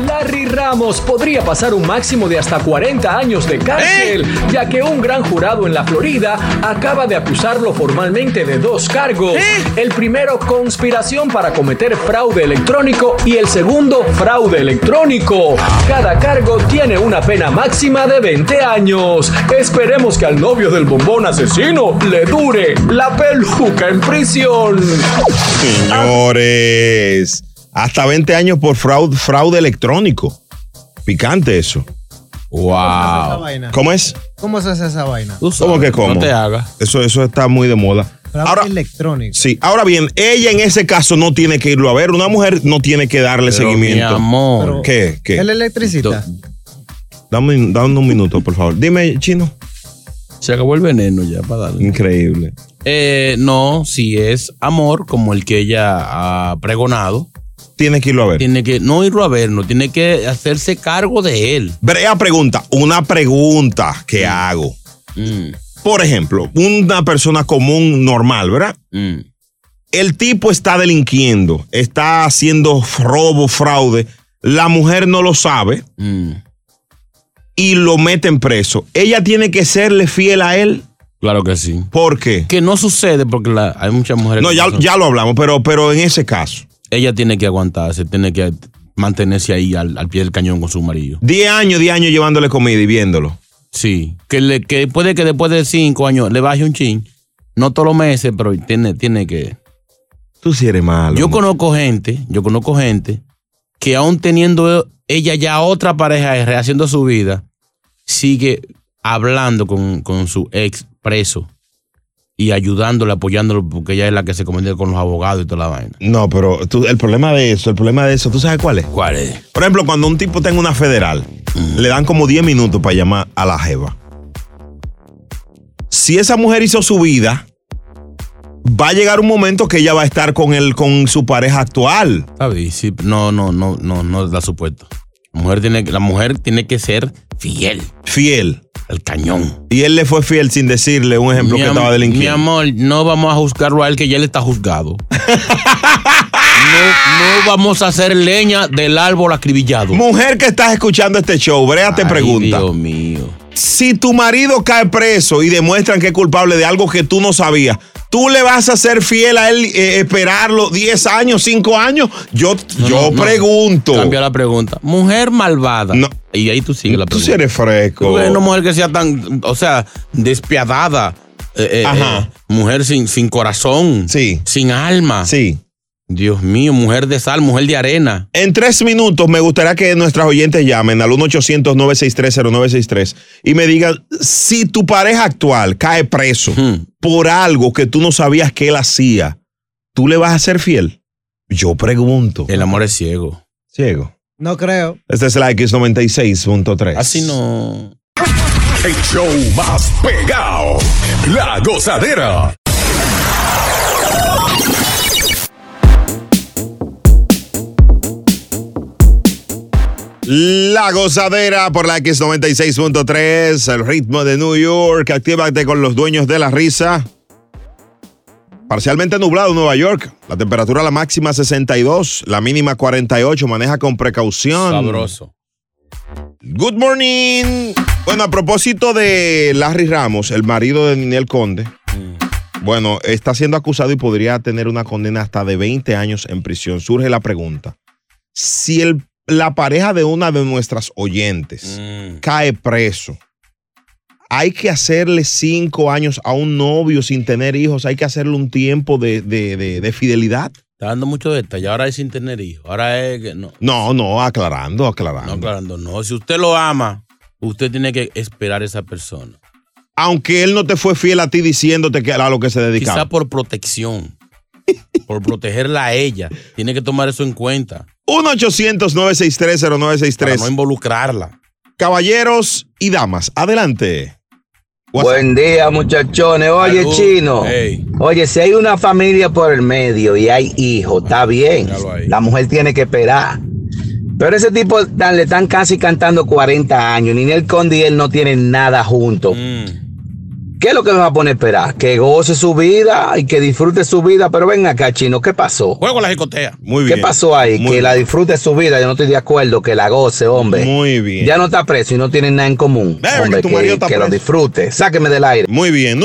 M: Larry Ramos podría pasar un máximo de hasta 40 años de cárcel, ya que un gran jurado en la Florida acaba de acusarlo formalmente de dos cargos. El primero, conspiración para cometer fraude electrónico y el segundo, fraude electrónico. Cada cargo tiene una pena máxima de 20 años. Esperemos que al novio del bombón asesino le dure la peluca en prisión.
A: Señores, hasta 20 años por fraude, fraude electrónico. Picante eso.
I: Esa
E: Wow.
I: vaina.
A: ¿Cómo es?
I: ¿Cómo se hace esa vaina?
E: Tú
A: ¿Cómo
E: sabes,
A: que cómo?
E: No te hagas.
A: Eso, eso está muy de moda.
I: Fraude
A: Ahora,
I: electrónico.
A: sí, ahora bien, ella en ese caso no tiene que irlo a ver. Una mujer no tiene que darle
E: Pero, Mi
A: seguimiento.
E: amor.
I: Pero-
A: ¿Qué? ¿Qué?
I: El electricista.
A: Dame, un- dame un minuto, por favor. Dime, chino.
E: Se acabó el veneno ya para darle.
A: Increíble.
E: Eh, no, si es amor como el que ella ha pregonado,
A: Tiene que irlo a ver.
E: tiene que no irlo a ver, no tiene que hacerse cargo de él.
A: Brea pregunta, una pregunta que hago.
E: Mm,
A: Por ejemplo, una persona común, normal, ¿verdad?
E: mm.
A: El tipo está delinquiendo, está haciendo robo, fraude. La mujer no lo sabe
E: Mm,
A: y lo meten preso. Eh, Ella tiene que serle fiel a él.
E: Claro que sí.
A: ¿Por qué?
E: Que no sucede porque la- hay muchas mujeres.
A: No,
E: que
A: ya,
E: son-
A: ya lo hablamos, pero, pero en ese caso,
E: Ella tiene que aguantarse, tiene que mantenerse ahí al, al pie del cañón con su marido.
A: 10 años, 10 años llevándole comida y viéndolo.
E: Sí. Que, le, que puede que después de cinco años le baje un chin. No todos los meses, pero tiene, tiene que.
A: Tú sí eres malo.
E: Yo conozco gente, yo conozco gente que aún teniendo ella ya otra pareja y rehaciendo su vida, sigue hablando con, con su ex preso y ayudándole, apoyándolo, porque ella es la que se cometió con los abogados y toda la vaina.
A: No, pero tú- el problema de eso, el problema de eso, ¿tú sabes cuál es?
E: ¿Cuál es?
A: Por ejemplo, cuando un tipo tenga una federal, le dan como 10 minutos para llamar a la jeva. Si esa mujer hizo su vida, va a llegar un momento que ella va a estar con él, con su pareja actual.
E: Está bien, sí, no, no, no, no, no da supuesto. La mujer tiene, que- la mujer tiene que ser fiel.
A: Fiel.
E: El cañón.
A: Y él le fue fiel sin decirle un ejemplo
E: Mi
A: que
E: am-
A: estaba
E: Mi
A: delinquiendo.
E: amor, no vamos a juzgarlo a él que ya él está juzgado. no, no vamos a hacer leña del árbol acribillado.
A: Mujer que estás escuchando este show, Brea te
E: Ay,
A: pregunta.
E: Dios mío.
A: Si tu marido cae preso y demuestran que es culpable de algo que tú no sabías, ¿tú le vas a ser fiel a él, eh, esperarlo 10 años, 5 años? Yo,
E: No,
A: yo
E: no, no.
A: pregunto.
E: Cambia la pregunta. Mujer malvada. Y ahí tú sigues la
A: Tú
E: pregunta.
A: sí eres fresco.
E: Porque una mujer que sea tan, o sea, despiadada. eh, eh,
A: Ajá.
E: eh, mujer sin, sin corazón.
A: Sí.
E: Sin alma.
A: Sí.
E: Dios mío, mujer de sal, mujer de arena.
A: En tres minutos me gustaría que nuestras oyentes llamen al 1-800-963-0963 y me digan si tu pareja actual cae preso
E: Hmm.
A: por algo que tú no sabías que él hacía, ¿tú le vas a ser fiel? Yo pregunto.
E: El amor es ciego.
A: Ciego.
I: No creo.
A: Esta es la X96.3.
E: Así no.
B: El show más pegado. La gozadera.
A: La gozadera por la X96.3, el ritmo de New York. Actívate con los dueños de la risa. Parcialmente nublado en Nueva York. La temperatura la máxima 62, la mínima 48. Maneja con precaución.
E: Sabroso.
A: Good morning. Bueno, a propósito de Larry Ramos, el marido de Ninel Conde. Bueno, está siendo acusado y podría tener una condena hasta de 20 años en prisión. Surge la pregunta. Si el- la pareja de una de nuestras oyentes
E: Mm.
A: cae preso, hay que hacerle cinco años a un novio sin tener hijos, hay que hacerle un tiempo de, de- de- de fidelidad.
E: Está dando mucho detalle. Ahora es sin tener hijos. Ahora es que no.
A: No, no, aclarando, aclarando.
E: No, aclarando, no. Si usted lo ama, usted tiene que esperar a esa persona.
A: Aunque él no te fue fiel a ti diciéndote que era a lo que se dedicaba.
E: Quizá por protección. por protegerla a ella. Tiene que tomar eso en cuenta. Para no
A: 1-800-963-0963.
E: involucrarla.
A: Caballeros y damas, adelante. WhatsApp.
N: Buen día, muchachones. Oye,
E: Salud.
N: chino.
E: Ey.
N: Oye, si hay una familia por el medio y hay hijos, está bien.
E: Míralo ahí.
N: La mujer tiene que esperar. Pero ese tipo tan- le están casi cantando 40 años. Ninel Conde y él no tienen nada juntos.
E: Mm.
N: ¿Qué es lo que nos va a poner a esperar? Que goce su vida y que disfrute su vida. Pero ven acá, chino, ¿qué pasó?
E: Juego a la jicotea.
A: Muy
N: ¿Qué
A: bien.
N: pasó ahí?
A: Muy
N: que la
A: bien.
N: disfrute su vida. Yo no estoy de acuerdo. Que la goce, hombre.
A: Muy bien.
N: Ya no está preso y no tienen nada en común.
A: Ve, que
N: Hombre,
A: tu marido está
N: que, que lo
A: preso.
N: disfrute. Sáqueme del aire.
A: Muy bien.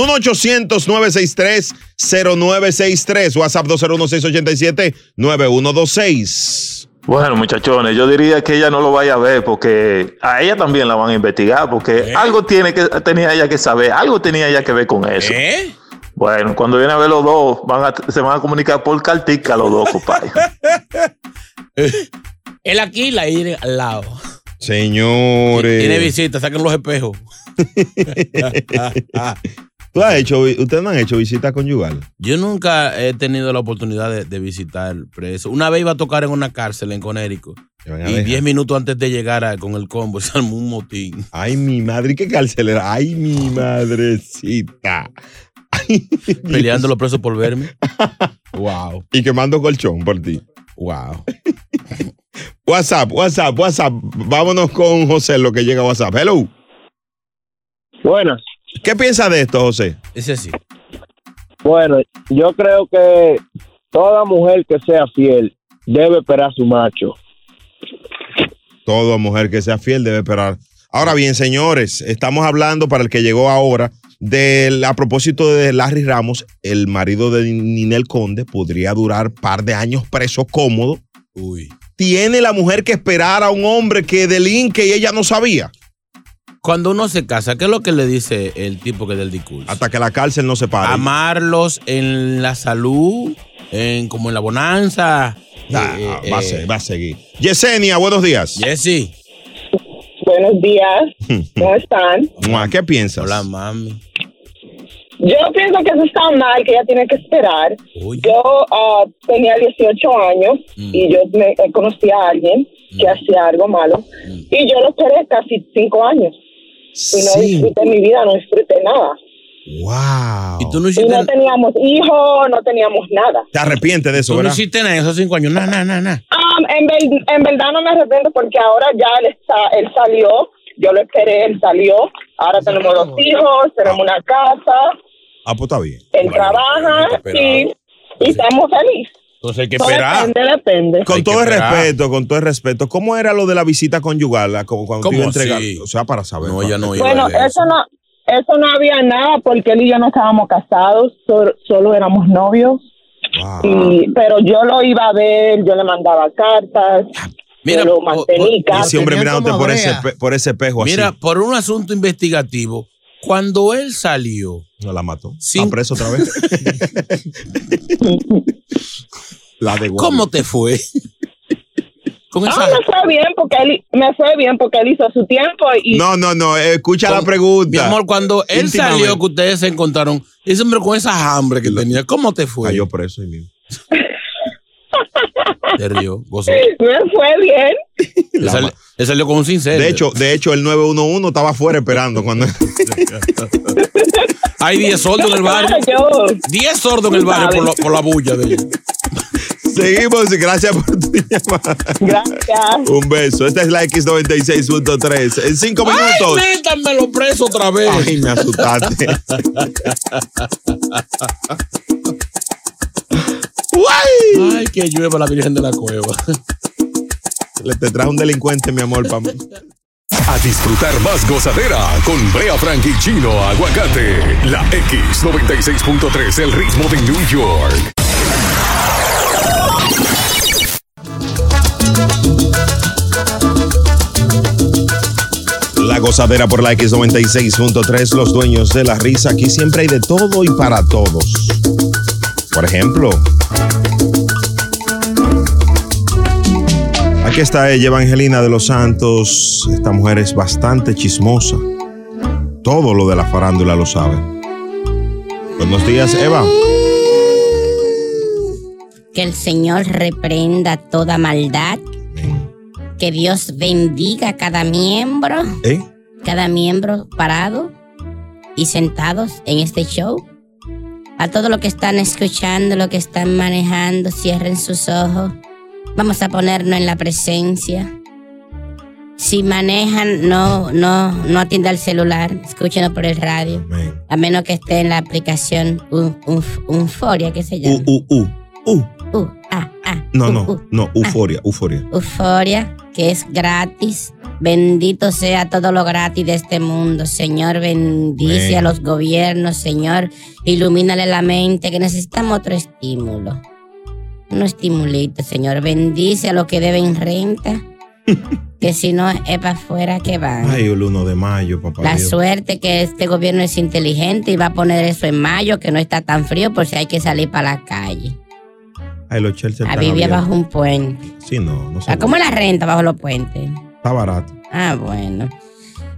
A: 1-800-963-0963. WhatsApp 201-687-9126.
O: Bueno, muchachones, yo diría que ella no lo vaya a ver porque a ella también la van a investigar porque
E: ¿Eh?
O: algo tiene que tenía ella que saber, algo tenía ella que ver con eso.
E: ¿Eh?
O: Bueno, cuando viene a ver los dos, van a- se van a comunicar por cartica los dos, compadre.
E: Él aquí, la aire al lado. Tiene
A: Señores.
E: visita, saquen los espejos.
A: ¿Tú has hecho, vi- ustedes no han hecho visita conyugal.
E: Yo nunca he tenido la oportunidad de, de visitar preso. Una vez iba a tocar en una cárcel en Conérico.
A: Te van a
E: Y
A: dejar.
E: 10 minutos antes de llegar a- con el combo, se armó un motín.
A: Ay, mi madre, qué carcelera. Ay, mi madrecita. Ay, Dios.
E: Peleando los presos por verme. wow,
A: Y quemando colchón por ti.
E: wow.
A: WhatsApp, WhatsApp, WhatsApp. Vámonos con José, lo que llega a WhatsApp. Hello.
D: Buenas.
A: ¿Qué piensas de esto, José?
E: Ese sí.
D: Bueno, yo creo que toda mujer que sea fiel debe esperar a su macho.
A: Toda mujer que sea fiel debe esperar. Ahora bien, señores, estamos hablando para el que llegó ahora del a propósito de Larry Ramos, el marido de Ninel Conde podría durar par de años preso cómodo.
E: Uy.
A: Tiene la mujer que esperar a un hombre que delinque y ella no sabía
E: Cuando uno se casa, ¿qué es lo que le dice el tipo que del discurso?
A: hasta que la cárcel no se pare.
E: Amarlos en la salud, en, como en la bonanza.
A: Ah,
E: Eh, eh,
A: va, a
E: eh,
A: ser- va a seguir. Yesenia, buenos días. Hmm.
E: Jessy.
G: Buenos días, ¿cómo están?
A: Mua, ¿Qué piensas?
E: Hola, mami.
G: Yo pienso que eso está mal, que ella tiene que esperar.
E: Oye.
G: Yo ah, tenía 18 años
E: Mm.
G: y yo me, eh, conocí a alguien que hacía algo malo y yo lo esperé casi 5 años y no
A: Sí.
G: disfruté mi vida, no disfruté nada.
A: Wow.
E: ¿Y tú no
G: Y
E: hiciste,
G: no teníamos hijos, no teníamos nada.
A: Te arrepientes de eso,
E: tú no
A: ¿verdad?
E: hiciste nada en esos cinco años? Na, na, na, na.
G: Um, en, ver- en verdad no me arrepiento porque ahora ya él, está, él salió,
P: Yo lo esperé, él salió. Ahora tenemos dos hijos, tenemos una casa,
A: Ah, pues está bien.
P: él trabaja y, y estamos felices.
E: Entonces hay que
P: Todo
A: esperar.
P: Depende, depende.
A: Con todo el respeto, con todo el respeto, ¿cómo era lo de la visita conyugal? La- como Cuando te iba a
E: ¿Cómo
A: entregar,
E: así?
A: o sea, para saber.
E: No, ella no iba.
P: Bueno, eso no, eso no había nada porque él y yo no estábamos casados, so- solo éramos novios. Y- pero yo lo iba a ver, yo le mandaba cartas, yo lo mantenía.
A: Ese hombre mirándote por ese, pe- por ese espejo así.
E: Mira, por un asunto investigativo, cuando él salió.
A: No la mató. Está preso otra vez. la de Guardia.
E: ¿Cómo te fue? Con
P: Ah, me fue bien porque él me fue bien porque él hizo su tiempo y
A: No, no, no. Escucha la pregunta.
E: Mi amor, cuando él
A: Íntimamente.
E: salió, que ustedes se encontraron, ese hombre con esa hambre que tenía, ¿cómo te fue? Cayó
A: preso ahí mismo.
E: Se rió, gozó.
P: me fue bien.
E: Él salió, él salió con un cincel.
A: De hecho, de hecho, el 911 estaba afuera esperando cuando.
E: Hay 10 sordos en el barrio.
P: Claro, yo-
E: 10 sordos en el barrio por, lo- por la bulla de ellos.
A: Seguimos, y gracias por tu llamada.
P: Gracias.
A: Un beso. Esta es la X96.3. En cinco minutos.
E: Ay, métanmelo preso otra vez.
A: Ay, me asustaste.
E: Ay, que llueva la Virgen de la Cueva.
A: Le te trajo un delincuente, mi amor, pa' mí.
B: A disfrutar más gozadera con Brea Frank y Chino Aguacate. La X96.3, el ritmo de New York.
A: La gozadera por la X96.3, los dueños de la risa. Aquí siempre hay de todo y para todos. Por ejemplo, aquí está ella, Evangelina de los Santos. Esta mujer es bastante chismosa. Todo lo de la farándula lo sabe. Buenos días, Eva.
Q: Que el Señor reprenda toda maldad. Que Dios bendiga a cada miembro.
A: ¿Eh?
Q: Cada miembro parado y sentados en este show. A todos los que están escuchando, los que están manejando, cierren sus ojos. Vamos a ponernos en la presencia. Si manejan, no, no, no atienda el celular. Escúchenos por el radio. A menos que esté en la aplicación Un- Unf- Unforia, que se llama. Uh.
A: U, U, U. U.
Q: U, A, A.
A: No,
Q: U,
A: no,
Q: U.
A: no, euforia, euforia.
Q: Euforia, que es gratis. Bendito sea todo lo gratis de este mundo. Señor, bendice
R: Amén.
Q: a los gobiernos, Señor. Ilumínale la mente, que necesitamos otro estímulo. Un estimulito, Señor. Bendice a los que deben renta, que si no es para afuera que van.
A: Ay, el 1 de mayo, papá.
Q: La
A: Dios.
Q: suerte que este gobierno es inteligente y va a poner eso en mayo, que no está tan frío por si hay que salir para la calle.
A: Ay, los Chelsea
Q: A
A: están
Q: vivir
A: abiertos.
Q: bajo un puente.
A: Sí, no, no
Q: O sea,
A: sé.
Q: ¿Cómo es la renta bajo los puentes?
A: Está barato.
Q: Ah, bueno.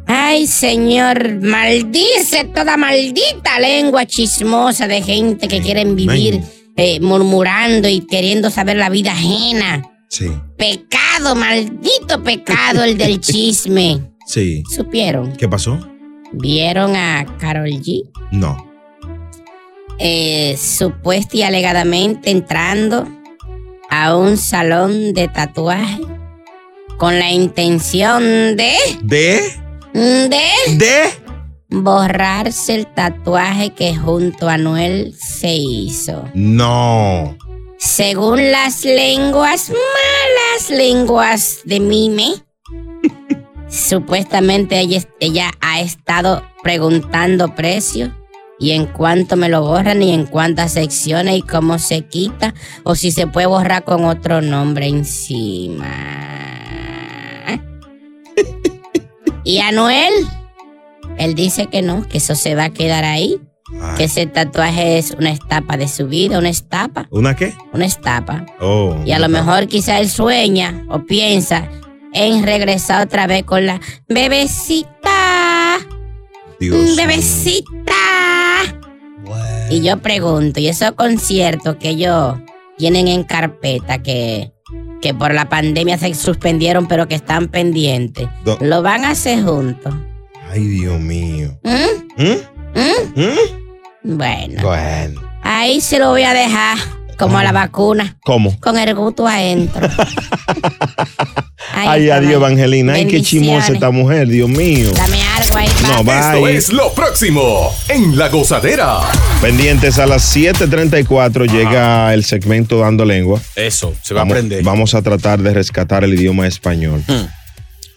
Q: Ay, señor, maldice toda maldita lengua chismosa de gente que quieren vivir eh, murmurando y queriendo saber la vida ajena.
A: Sí.
Q: Pecado, maldito pecado el del chisme.
A: Sí.
Q: ¿Supieron?
A: ¿Qué pasó?
Q: ¿Vieron a Carol G?
A: No.
Q: eh, supuesta y alegadamente entrando a un salón de tatuaje con la intención de...
A: ¿De?
Q: ¿De?
A: ¿De?
Q: Borrarse el tatuaje que junto a Noel se hizo.
A: No.
Q: Según las lenguas, malas lenguas de Mime, supuestamente ella, es- ella ha estado preguntando precio y en cuánto me lo borran y en cuántas secciones y cómo se quita o si se puede borrar con otro nombre encima. ¿Y Anuel? Él dice que no, que eso se va a quedar ahí, que ese tatuaje es una estapa de su vida, una estapa,
A: ¿Una qué?
Q: una estapa.
A: Oh.
Q: Y a lo mejor quizá él sueña o piensa en regresar otra vez con la bebecita. bebecita. Y yo pregunto, ¿y esos conciertos que ellos tienen en carpeta que, que por la pandemia se suspendieron pero que están pendientes?
A: Do-
Q: ¿Lo van a hacer juntos?
A: Ay, Dios mío.
Q: ¿Mm?
A: ¿Mm?
Q: ¿Mm?
A: ¿Mm?
Q: Bueno,
A: Bueno.
Q: ahí se lo voy a dejar como a la vacuna.
A: ¿Cómo?
Q: Con el gusto adentro.
A: Ay, adiós, Evangelina. Ay, qué chimosa esta mujer, Dios mío. No,
B: Esto
A: bye.
B: es lo próximo en La Gozadera.
A: Pendientes a las 7:34 llega el segmento Dando Lengua.
E: Eso, se va
A: vamos,
E: a aprender.
A: Vamos a tratar de rescatar el idioma español.
E: Hmm.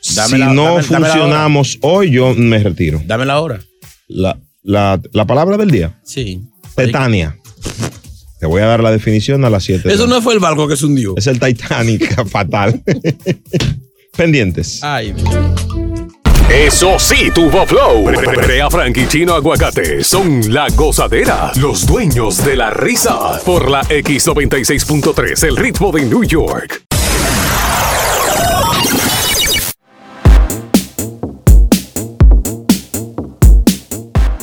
A: si
E: Dámela-
A: no
E: dámela- dámela
A: funcionamos hoy, yo me retiro.
E: Dame la hora.
A: La, la- la palabra del día,
E: Sí.
A: Tetania. Te voy a dar la definición a las 7.
E: Eso no fue el barco que se hundió.
A: Es el Titanic, fatal. Pendientes.
B: Eso sí, tuvo flow. Brea Frank y Chino Aguacate son la gozadera, los dueños de la risa. Por la X96.3, el ritmo de New York.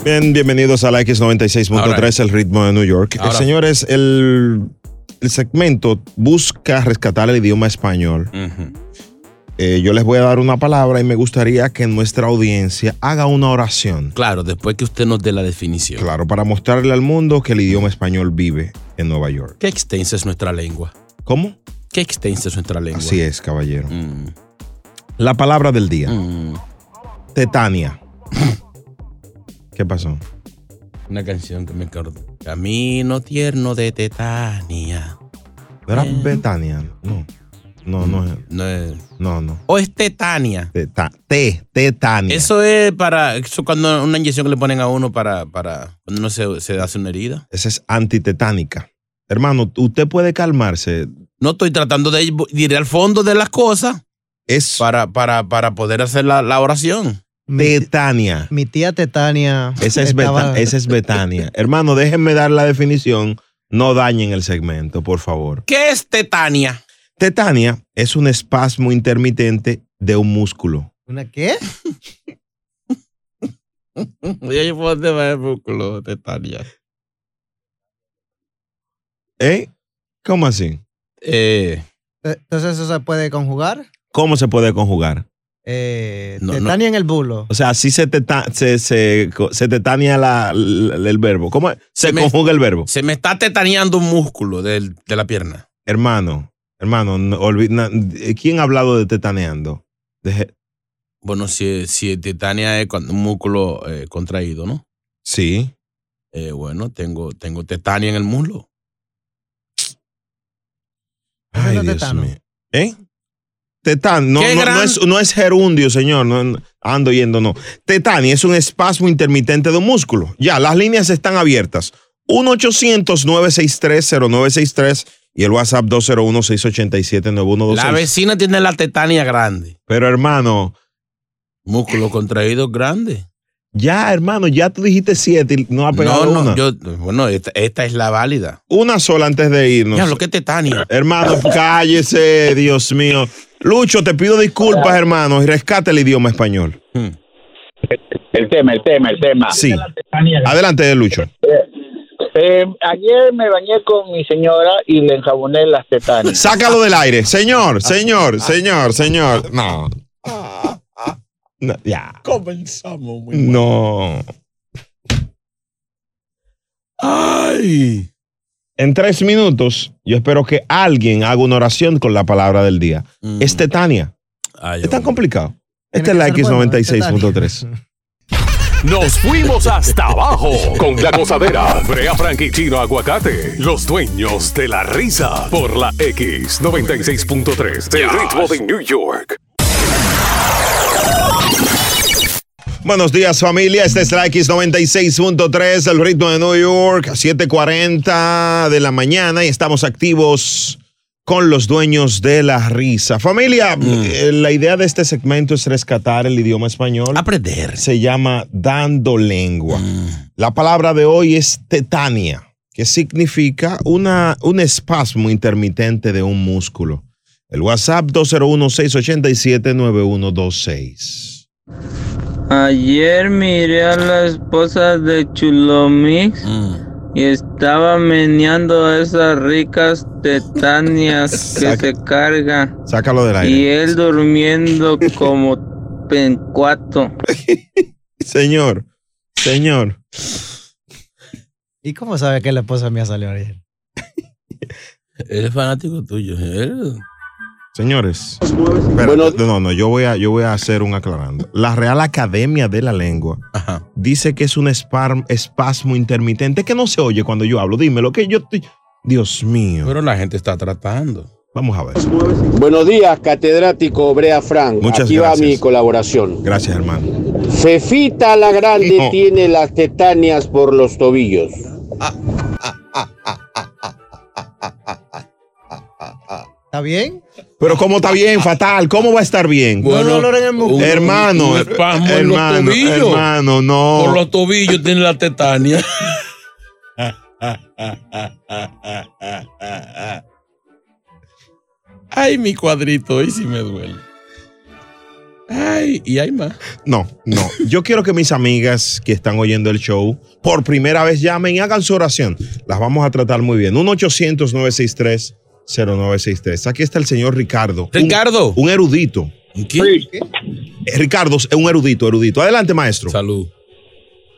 A: Bien, bienvenidos a la X96.3, el ritmo de New York. Eh,
E: Ahora.
A: señores, el, el segmento busca rescatar el idioma español. Eh, yo les voy a dar una palabra y me gustaría que nuestra audiencia haga una oración.
E: Claro, después que usted nos dé la definición.
A: Claro, para mostrarle al mundo que el idioma español vive en Nueva York.
E: Qué extensa es nuestra lengua.
A: ¿Cómo?
E: Qué extensa es nuestra lengua.
A: Así es, caballero. La palabra del día. Tetania. ¿Qué pasó?
E: Una canción que me acuerdo. Camino tierno de Tetania.
A: ¿Era
E: Eh.
A: Betania? No. No, no es.
E: No es.
A: No, no.
E: O es Tetania.
A: Teta- te- tetania.
E: Eso es para. Eso cuando una inyección que le ponen a uno para. para cuando uno se, se hace una herida.
A: Esa es antitetánica. Hermano, usted puede calmarse.
E: No estoy tratando de ir, de ir al fondo de las cosas.
A: Es.
E: Para, para, para poder hacer la, la oración.
A: Betania.
I: Mi tía Tetania.
A: Esa es,
I: estaba-
A: Beta- esa es Betania. Hermano, déjenme dar la definición. No dañen el segmento, por favor.
E: ¿Qué es Tetania?
A: Tetania es un espasmo intermitente de un músculo.
I: ¿Una qué?
E: Ya yo puedo hacer el músculo, Tetania.
A: ¿Eh? ¿Cómo así?
I: Eh, Entonces eso se puede conjugar.
A: ¿Cómo se puede conjugar?
I: Eh,
A: No, no.
I: tetania en el bulo.
A: O sea, así se, teta- se, se, se tetania la- la- el verbo. ¿Cómo es? se,
E: me-
A: conjuga el verbo?
E: Se me está tetaneando un músculo del- de la pierna.
A: Hermano, hermano, no olvi- na- ¿quién ha hablado de tetaneando? Deje-
E: Bueno, si, si tetania es cuando un músculo eh, contraído, ¿no?
A: sí.
E: Eh, bueno, tengo, tengo tetania en el muslo.
A: Ay, Dios mío. ¿Eh? Tetán, no,
E: Qué
A: no,
E: gran-
A: no es, no es gerundio, señor. no- no, ando yendo, no. Tetania es un espasmo intermitente de un músculo. Ya, las líneas están abiertas. 1-800-963-0963 y el WhatsApp 201-687-9126.
E: La vecina tiene la tetania grande.
A: Pero hermano.
E: Músculo contraído grande.
A: Ya, hermano, ya tú dijiste siete y no ha pegado
E: no, no,
A: una.
E: yo, bueno, esta, esta es la válida.
A: Una sola antes de irnos.
E: Ya, lo que es tetania.
A: Hermano, cállese, Dios mío. Lucho, te pido disculpas, hermano, y rescate el idioma español.
E: Hmm.
R: El tema, el tema, el tema.
A: Sí. Adelante, Lucho.
R: Eh, ayer me bañé con mi señora y le enjaboné las tetanas.
A: Sácalo del aire. Señor, señor, señor, señor. No.
R: Ah,
A: No, ya.
E: Comenzamos.
A: No.
E: Ay.
A: En tres minutos, yo espero que alguien haga una oración con la palabra del día. Es Tetania.
E: Mm. Ay, oh.
A: es tan complicado. Esta es la X96.3.
B: Nos fuimos hasta abajo con la gozadera. Brea Frank y Chino Aguacate, los dueños de la risa. Por la X96.3, el ritmo de New York.
A: Buenos días, familia. Este es la X96.3, el ritmo de New York, 7:40 de la mañana y estamos activos con los dueños de la risa. Familia, eh, la idea de este segmento es rescatar el idioma español.
E: Aprender.
A: Se llama Dando Lengua. La palabra de hoy es tetania, que significa una, un espasmo intermitente de un músculo. El WhatsApp 201-687-9126.
S: Ayer miré a la esposa de Chulomix y estaba meneando esas ricas tetanias que se carga.
A: Sácalo del aire.
S: Y él durmiendo como pencuato.
A: Señor, señor.
I: ¿Y cómo sabe que la esposa mía salió ayer?
E: ¿eh? Él es fanático tuyo. Él,
A: Señores, espérate, no, no, yo voy, a, yo voy a hacer un aclarando. La Real Academia de la Lengua dice que es un espar- espasmo intermitente que no se oye cuando yo hablo. Dime lo que yo estoy. Dios mío.
E: Pero la gente está tratando.
A: Vamos a ver.
T: Buenos días, catedrático Brea Frank.
A: Muchas
T: Aquí
A: gracias.
T: va mi colaboración.
A: Gracias, hermano.
T: Fefita la Grande
A: No.
T: tiene las tetanias por los tobillos.
A: ¿Está bien? Pero ¿cómo está bien? Fatal. ¿Cómo va a estar bien?
E: Bueno, No, no, no, no, no.
A: hermano, eh,
E: un espasmo en los
A: hermano,
E: tobillos.
A: hermano, no.
E: Por los tobillos tiene la tetania. Ay, mi cuadrito, hoy sí me duele. Ay, y hay más.
A: No, no. Yo quiero que mis amigas que están oyendo el show por primera vez llamen y hagan su oración. Las vamos a tratar muy bien. 1-800-963-0963. Aquí está el señor Ricardo. Ricardo. Un, erudito.
J: Sí.
A: Eh, Ricardo, es un erudito, erudito. Adelante, maestro.
E: Salud.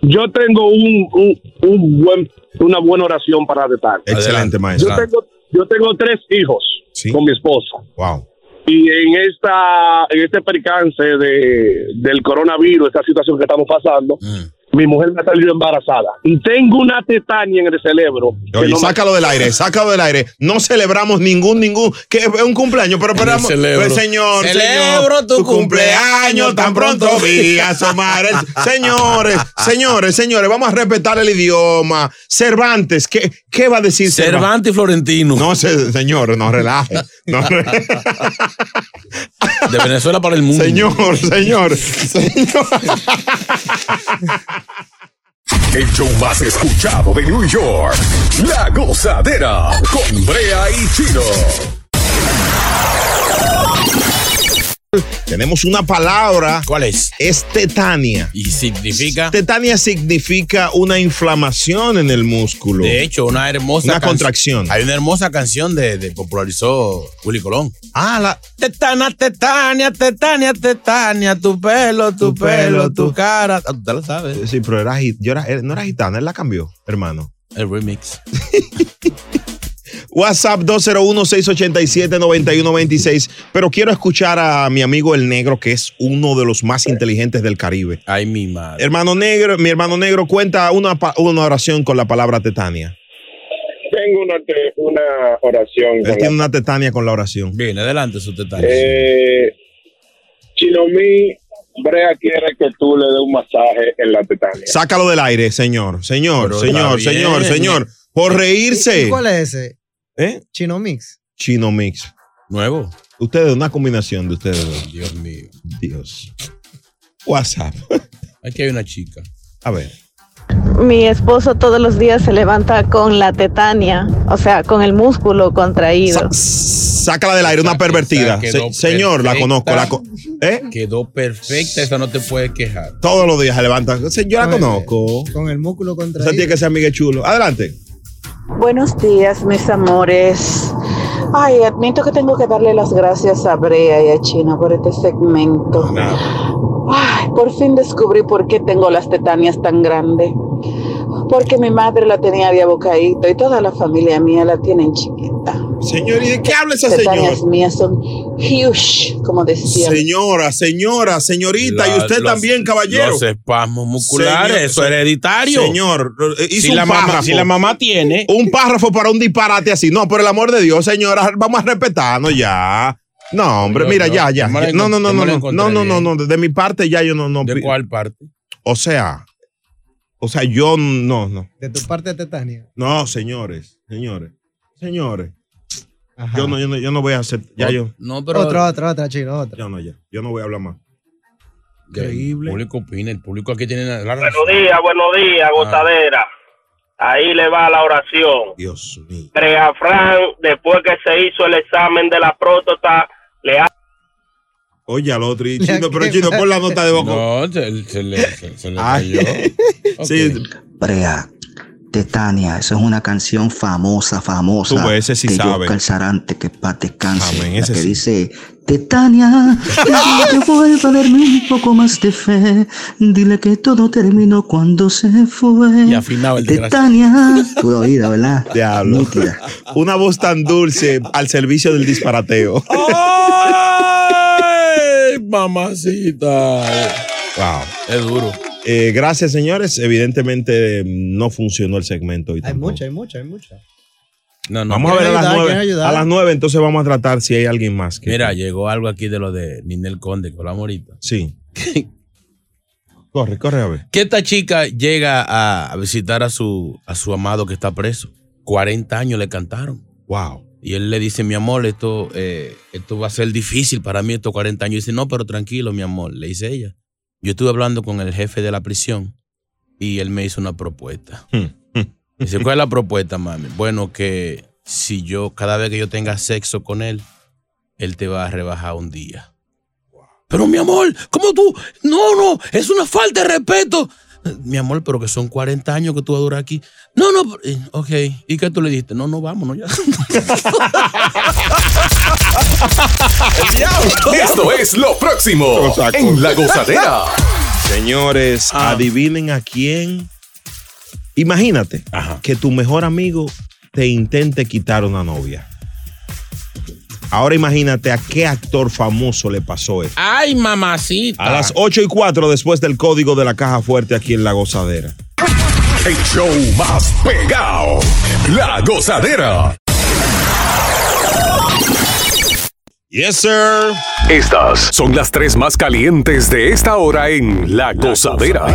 J: Yo tengo un, un- un buen, una buena oración para detallar.
A: Excelente, maestro.
J: Yo tengo, yo tengo tres hijos con mi esposa.
A: Wow.
J: Y en esta en este percance de, del coronavirus, esta situación que estamos pasando,
A: Mm.
J: mi mujer me ha salido embarazada. Y tengo una tetania en el cerebro. que
A: Oye,
J: no me-
A: sácalo del aire, sácalo del aire. No celebramos ningún, ningún, que es un cumpleaños, pero esperamos.
E: celebro.
A: Pues, señor,
E: Celebro
A: señor,
E: tu cumpleaños,
A: tan pronto vi asomar. el- señores, señores, señores, vamos a respetar el idioma. Cervantes, ¿qué, qué va a decir Cervantes?
E: Cervantes y Florentino.
A: No, se- señor, no relaje. No relaje.
E: De Venezuela para el mundo.
A: Señor, señor, señor.
B: El show más escuchado de New York. La gozadera con Brea y Chino.
A: Tenemos una palabra. ¿Cuál es? Es tetania.
E: Y significa,
A: Tetania significa una inflamación en el músculo.
E: de hecho, una hermosa.
A: Una
E: can-
A: contracción.
E: Hay una hermosa canción de, de popularizó Willy Colón.
A: Ah, la.
E: Tetana, tetania, tetania, tetania, tu pelo, tu, pelo, tu cara. Ah, Tú te lo sabes.
A: Eh, Sí, pero era, gi- yo era- eh, no era gitana, él la cambió, hermano.
E: El remix.
A: WhatsApp 201-687-9126. Pero quiero escuchar a mi amigo el negro, que es uno de los más inteligentes del Caribe.
E: Ay, mi madre.
A: Hermano negro, mi hermano negro, cuenta una, pa- una oración con la palabra tetania.
U: Tengo una, te- una oración.
A: Él
U: con
A: tiene una tetania con la oración.
E: Bien, adelante su tetania.
U: la- eh, Chilomí, Brea quiere que tú le des un masaje en la tetania.
A: Sácalo del aire, señor, señor,
U: Pero
A: señor,
U: está
A: señor,
U: bien.
A: señor. Por
I: ¿Y
A: reírse.
I: ¿Cuál es ese?
A: ¿Eh?
I: Chino Mix.
A: Chino Mix.
E: Nuevo.
A: Ustedes, una combinación de ustedes. dos.
E: Dios mío.
A: Dios. WhatsApp.
E: Aquí hay una chica.
A: A ver.
V: Mi esposo todos los días se levanta con la tetania, o sea, con el músculo contraído.
A: Sácala del aire, una pervertida. Se-
E: Esa quedó
A: señor, la
E: perfecta.
A: conozco. La co- ¿Eh?
E: Quedó perfecta, esa no te puedes quejar.
A: Todos los días se levanta. Se- Yo la conozco.
I: Con el músculo
A: Esa
I: contraído.
A: tiene que ser Miguel Chulo. Adelante.
W: Buenos días, mis amores. Ay, admito que tengo que darle las gracias a Brea y a Chino por este segmento. Ay, por fin descubrí por qué tengo las tetanias tan grandes. Porque mi madre la tenía de abocadito y toda la familia mía la tienen chiquita.
A: Señor, ¿y de qué habla esa
W: Las
A: señora?
W: tetanias mías son huge, como decía.
A: Señora, señora, señorita, y
E: La-
A: usted
E: los-
A: también, caballero.
E: Los espasmos musculares,
A: Señor,
E: eso
A: se-
E: es hereditario.
A: Señor, eh, hizo
E: Si
A: un
E: la mamá-
A: párrafo.
E: si la mamá tiene.
A: Un párrafo para un disparate así. No, por el amor de Dios, señora, vamos a respetarnos ya. No, hombre,
E: Yo-
A: mira,
E: yo-
A: ya, ya.
E: yo me la
A: No, no, no,
E: encont- yo me
A: no,
E: la
A: no,
E: encontré
A: no, no, no,
E: bien.
A: no, de mi parte ya yo no, no.
E: ¿De
A: pi-
E: cuál parte?
A: O sea, o sea, yo no, no.
I: De tu parte tetania.
A: No, señores, señores, señores. Yo no, yo no, yo no voy a hacer, ya yo.
E: No,
I: Otra, otra, otra, chino, otra.
A: Yo no, ya. Yo no voy a hablar más.
E: Increíble. El público opina, el público aquí tiene la la razón.
H: Buenos días, buenos
A: Ah.
H: días, gozadera. Ahí le va la oración.
A: Dios mío.
H: Fran, después que se hizo el examen de la próstata, le ha...
A: Oye, al otro, y chino, pero chino, pon la nota de boca.
E: No, se, se le, se, se le
A: Ay.
E: cayó.
A: Sí,
X: Brea, Tetania, eso es una canción famosa, famosa.
A: Tú ves, ese sí
X: de
A: sabe.
X: Oscar Sarante, que paz descanse.
A: Amén,
X: la
A: ese
X: que
A: sí.
X: dice, Tetania, dile que vuelva a darme un poco más de fe. Dile que todo terminó cuando se fue.
E: Y afinado el desgraciado.
X: Tetania, tú lo oído, ¿verdad?
A: Diablo. Una voz tan dulce al servicio del disparateo.
E: ¡Ay, mamacita!
A: Wow.
E: Es duro.
A: Eh, gracias, señores. Evidentemente eh, no funcionó el segmento hoy
I: Hay
A: tampoco.
I: mucha, hay mucha, hay mucha.
E: No, no.
A: Vamos a ver a
I: Quieren
A: las
I: ayudar, quieren
A: nueve.
I: ayudar.
A: A las nueve, entonces vamos a tratar si hay alguien más. Que...
E: Mira, llegó algo aquí de lo de Ninel Conde, que hablamos ahorita.
A: Sí. corre, corre a ver.
E: Que esta chica llega a, a visitar a su, a su amado que está preso. 40 años le cantaron.
A: Wow.
E: Y él le dice, mi amor, esto, eh, esto va a ser difícil para mí estos 40 años. Y dice, no, pero tranquilo, mi amor, le dice ella. Yo estuve hablando con el jefe de la prisión y él me hizo una propuesta.
A: Hmm.
E: Dice, ¿cuál es la propuesta, mami? Bueno, que si yo, cada vez que yo tenga sexo con él, él te va a rebajar un día. Pero mi amor, ¿cómo tú? No, no, es una falta de respeto. Mi amor, pero que son 40 años que tú vas a durar aquí. No, no, pero- eh, ok. ¿Y qué tú le dijiste? No, no, vámonos ya.
B: Esto es lo próximo en La Gozadera. Ah.
A: Señores, adivinen a quién. Imagínate que tu mejor amigo te intente quitar una novia. Ahora imagínate a qué actor famoso le pasó esto.
E: Ay, mamacita.
A: A las 8 y 4 después del código de la caja fuerte aquí en La Gozadera.
B: El show más pegado. La Gozadera.
A: Yes, sir.
B: Estas son las tres más calientes de esta hora en La Gozadera.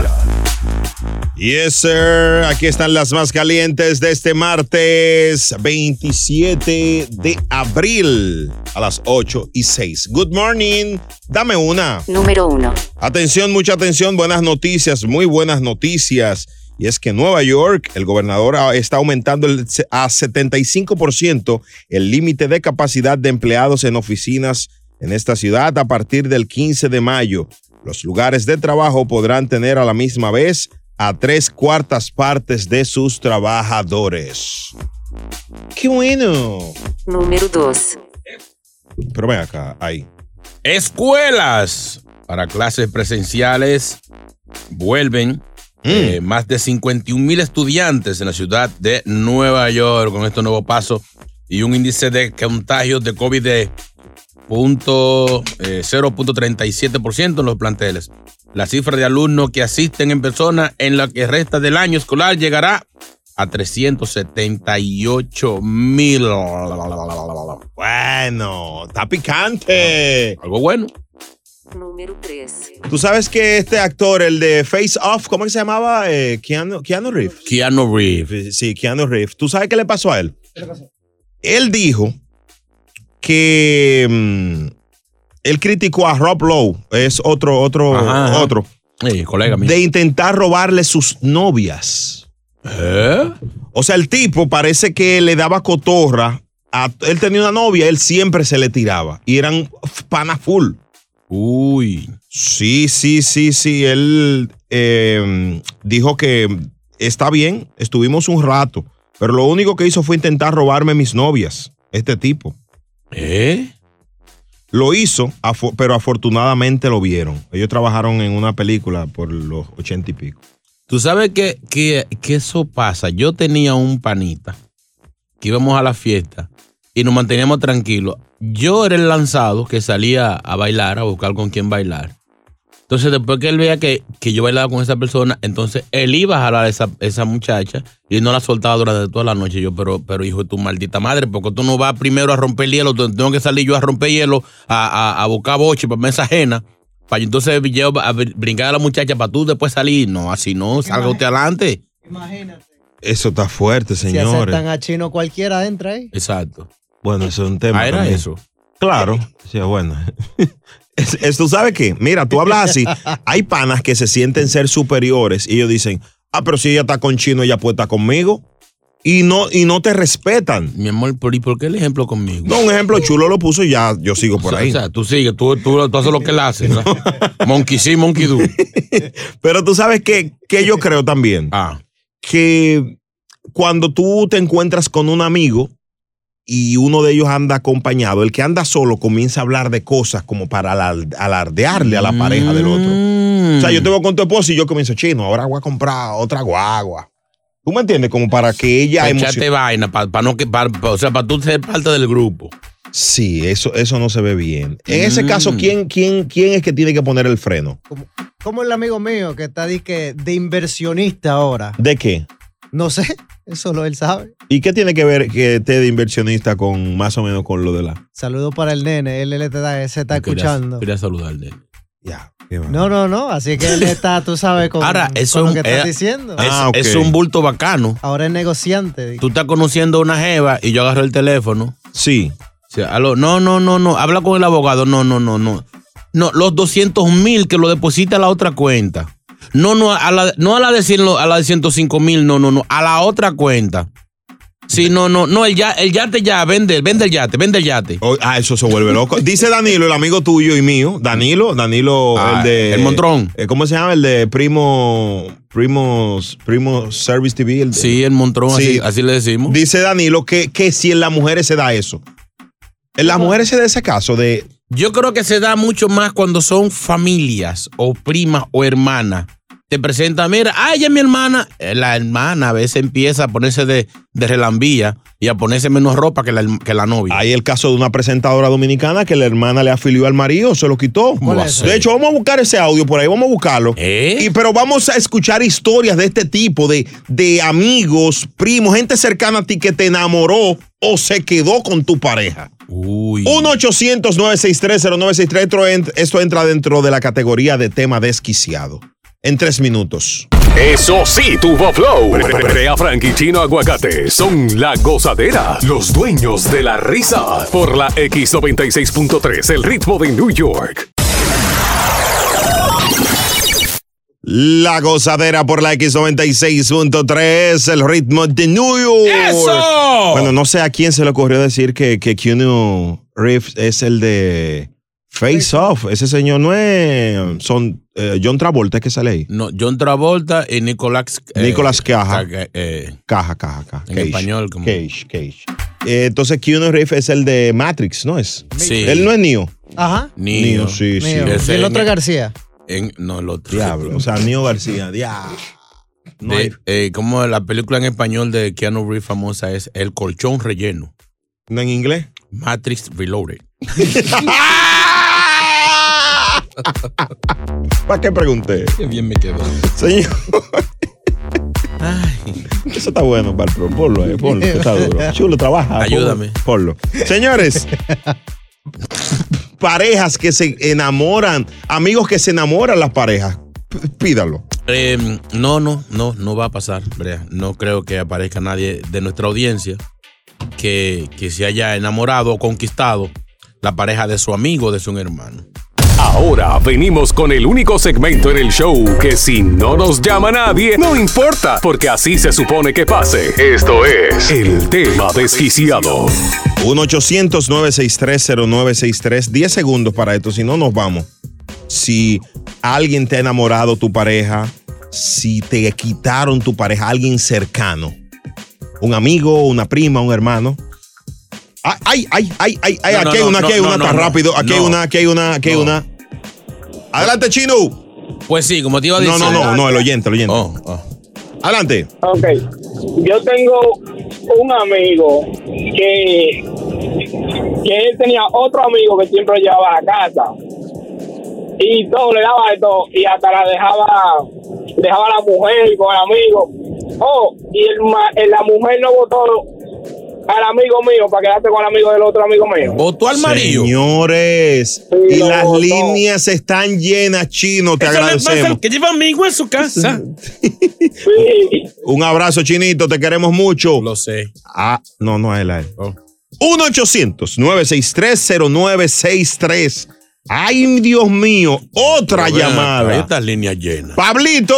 A: Yes, sir. Aquí están las más calientes de este martes 27 de abril a las 8 y 6. Good morning. Dame una.
C: Número uno.
A: Atención, mucha atención, buenas noticias, muy buenas noticias. Y es que en Nueva York, el gobernador a- está aumentando el se- a 75% el límite de capacidad de empleados en oficinas en esta ciudad a partir del 15 de mayo. Los lugares de trabajo podrán tener a la misma vez a tres cuartas partes de sus trabajadores. ¡Qué bueno!
C: Número dos.
A: Pero ven acá, ahí.
E: Escuelas para clases presenciales vuelven.
A: Mm.
E: Eh, más de 51 mil estudiantes en la ciudad de Nueva York con estos nuevos pasos y un índice de contagios de COVID de punto, eh, 0.37% en los planteles. La cifra de alumnos que asisten en persona en la que resta del año escolar llegará a 378 mil.
A: Bueno, está picante.
E: Algo bueno.
C: Número tres.
A: Tú sabes que este actor, el de Face Off, ¿cómo que se llamaba? Eh, Keanu, Keanu Reeves. Eh,
E: Keanu Reeves.
A: Sí, Keanu Reeves. ¿Tú sabes qué le pasó a él? Él dijo que mm, él criticó a Rob Lowe, es otro, otro,
E: Ajá, ajá.
A: otro,
E: Sí, colega mío.
A: de intentar robarle sus novias.
E: ¿Eh?
A: O sea, el tipo parece que le daba cotorra. a- él tenía una novia, él siempre se le tiraba. Y eran f- panas full.
E: Uy.
A: Sí, sí, sí, sí. Él eh, dijo que está bien, estuvimos un rato, pero lo único que hizo fue intentar robarme mis novias, este tipo.
E: ¿Eh?
A: Lo hizo, afo- pero afortunadamente lo vieron. Ellos trabajaron en una película por los ochenta y pico.
E: Tú sabes que, que, que eso pasa. Yo tenía un panita que íbamos a la fiesta y nos manteníamos tranquilos. Yo era el lanzado que salía a bailar, a buscar con quién bailar. Entonces, después que él veía que, que yo bailaba con esa persona, entonces él iba a jalar a esa, esa muchacha y no la soltaba durante toda la noche. Yo, pero, pero hijo de tu maldita madre, porque tú no vas primero a romper hielo, Te- tengo que salir yo a romper hielo, a, a- a buscar boche para mesa ajena, para yo entonces yo a br- brincar a la muchacha para tú después salir. No, así no, salga usted adelante.
A: Eso está fuerte,
I: Si aceptan
A: señores.
I: a chino cualquiera entra ahí.
E: Exacto.
A: Bueno, eso es un tema.
E: Ah, era
A: también.
E: eso.
A: Claro. Sí, bueno. Es- es- ¿Tú sabes qué? Mira, tú hablas así. Hay panas que se sienten ser superiores y ellos dicen, ah, pero si ella está con chino, ella puede estar conmigo. Y no, y no te respetan.
E: Mi amor, ¿por, ¿y por qué el ejemplo conmigo?
A: No, un ejemplo chulo lo puso y ya yo sigo por
E: o sea,
A: ahí.
E: o sea, tú sigues, tú, tú, tú haces lo que él hace. ¿no? monkey sí, monkey do.
A: Pero tú sabes que, que yo creo también.
E: Ah.
A: Que cuando tú te encuentras con un amigo y uno de ellos anda acompañado, el que anda solo comienza a hablar de cosas como para alar- alardearle a la pareja del otro. O sea, yo te voy con tu esposa y yo comienzo, chino, ahora voy a comprar otra guagua. ¿Tú me entiendes? Como para que ella...
E: Pues Echate
A: emocion-
E: vaina, para no que, pa- pa- o sea, para tú ser parte del grupo.
A: Sí, eso, eso no se ve bien. En ese
E: Mm.
A: caso, ¿quién, quién, ¿quién es que tiene que poner el freno?
I: Como el amigo mío que está disque de inversionista ahora.
A: ¿De qué?
I: No sé, eso lo él sabe.
A: ¿Y qué tiene que ver que esté de inversionista con más o menos con lo de la...
I: Saludo para el nene, él, él te da- se está
E: Quería-
I: escuchando.
E: Quería saludarle.
I: No, no, no, así que él está, tú sabes, con,
E: Ahora, eso
I: con
E: es
I: lo que
E: un-
I: estás
E: eh,
I: diciendo.
E: es,
A: Ah,
E: es un bulto bacano.
I: Ahora es negociante.
E: Tú estás conociendo a una jeva y yo agarro el teléfono.
A: Sí.
E: aló, no, no, no, no. Habla con el abogado. No, no, no, no. No, los 200 mil que lo deposita a la otra cuenta. No, no, a la, no a la de 100, a la de 105 mil, no, no, no. A la otra cuenta. Sí, no, no, no, el, ya, el yate ya, vende, vende el yate, vende el yate.
A: Oh, ah, eso se vuelve loco. Dice Danilo, el amigo tuyo y mío, Danilo, Danilo,
E: Ah,
A: Oh, el de.
E: el Montrón.
A: eh, ¿Cómo se llama? El de Primo. Primos. Primo Service TV.
E: sí, el Montrón, así- así le decimos.
A: Dice Danilo que, que si en las mujeres se da eso. En las mujeres se da ese caso de.
E: Yo creo que se da mucho más cuando son familias o primas o hermanas. Te presenta, mira, ay, ella es mi hermana. Eh, La hermana a veces empieza a ponerse de, de relambía y a ponerse menos ropa que la, herm- que la novia.
A: Hay el caso de una presentadora dominicana que la hermana le afilió al marido, se lo quitó.
E: va a ser?
A: De hecho, vamos a buscar ese audio por ahí, vamos a buscarlo. Y, pero vamos a escuchar historias de este tipo, de, de amigos, primos, gente cercana a ti que te enamoró o se quedó con tu pareja. 1-800-963-0963. Esto en- Esto entra dentro de la categoría de tema desquiciado. En tres minutos.
B: Eso sí, tuvo flow. Brea Frank y Chino Aguacate son la gozadera, los dueños de la risa. Por la X96.3, el ritmo de New York.
A: La gozadera por la X96.3, el ritmo de New York.
E: ¡Eso!
A: Bueno, no sé a quién se le ocurrió decir que, que Keanu Reeves es el de Face Off. Ese señor no es son, eh, John Travolta es que sale ahí.
E: No, John Travolta y Nicolás.
A: Nicolas Caja.
E: Ca- eh,
A: Caja, caja, caja.
E: en
A: Cage.
E: español, como.
A: Cage, Cage. Eh, entonces Keanu Reeves es el de Matrix, ¿no es?
E: Sí.
A: Él no es Neo.
I: Ajá.
A: Neo, sí, sí.
I: Mío. Y el otro es García.
E: En- no, el otro.
A: Diablo, o sea, Neo García, diablo. No
E: De- eh, como la película en español de Keanu Reeves famosa es El colchón relleno.
A: ¿No en inglés?
E: Matrix Reloaded.
A: ¿Para qué pregunté?
E: Qué bien me quedó.
A: Señor. Eso está bueno para el pro. Ponlo, eh, ponlo. que Está duro. Chulo, trabaja.
E: Ayúdame.
A: Ponlo. ponlo. Señores, parejas que se enamoran, amigos que se enamoran las parejas, p- pídalo.
E: Eh, no, no, no, no va a pasar, Brea. No creo que aparezca nadie de nuestra audiencia que, que se haya enamorado o conquistado la pareja de su amigo o de su hermano.
B: Ahora venimos con el único segmento en el show que si no nos llama nadie, no importa, porque así se supone que pase. Esto es el tema desquiciado.
A: 1-800-963-0963. 10 segundos para esto, si no nos vamos. Si alguien te ha enamorado tu pareja, si te quitaron tu pareja, alguien cercano, un amigo, una prima, un hermano. Ah, Ay, ay, ay, ay, ay,
E: No, no,
A: aquí hay una, aquí hay
E: no, no, no,
A: una,
E: no,
A: tan
E: no.
A: rápido, aquí hay
E: No.
A: una, aquí hay una, aquí hay una. Adelante, Chino.
E: Pues sí, como te iba a
A: No,
E: decir. Oh,
A: no, no, no, el oyente, el oyente. Adelante.
R: Ok, yo tengo un amigo que, que él tenía otro amigo que siempre lo llevaba a la casa y todo le daba de todo y hasta la dejaba, dejaba a la mujer con el amigo. Oh, y el, ma- eh, la mujer no votó al amigo mío para quedarse con el amigo del otro amigo mío.
E: ¿Votó al
A: marido. Señores, y las líneas están llenas, Chino, te agradecemos.
E: que lleva amigo en su casa.
A: Un abrazo, Chinito, te queremos mucho. Lo
E: sé. Oh.
A: Ah, no, no es él, a él. 1-800-963-0963. Ay, Dios mío, otra
E: Pero ven acá,
A: llamada.
E: Estas líneas llenas.
A: Pablito.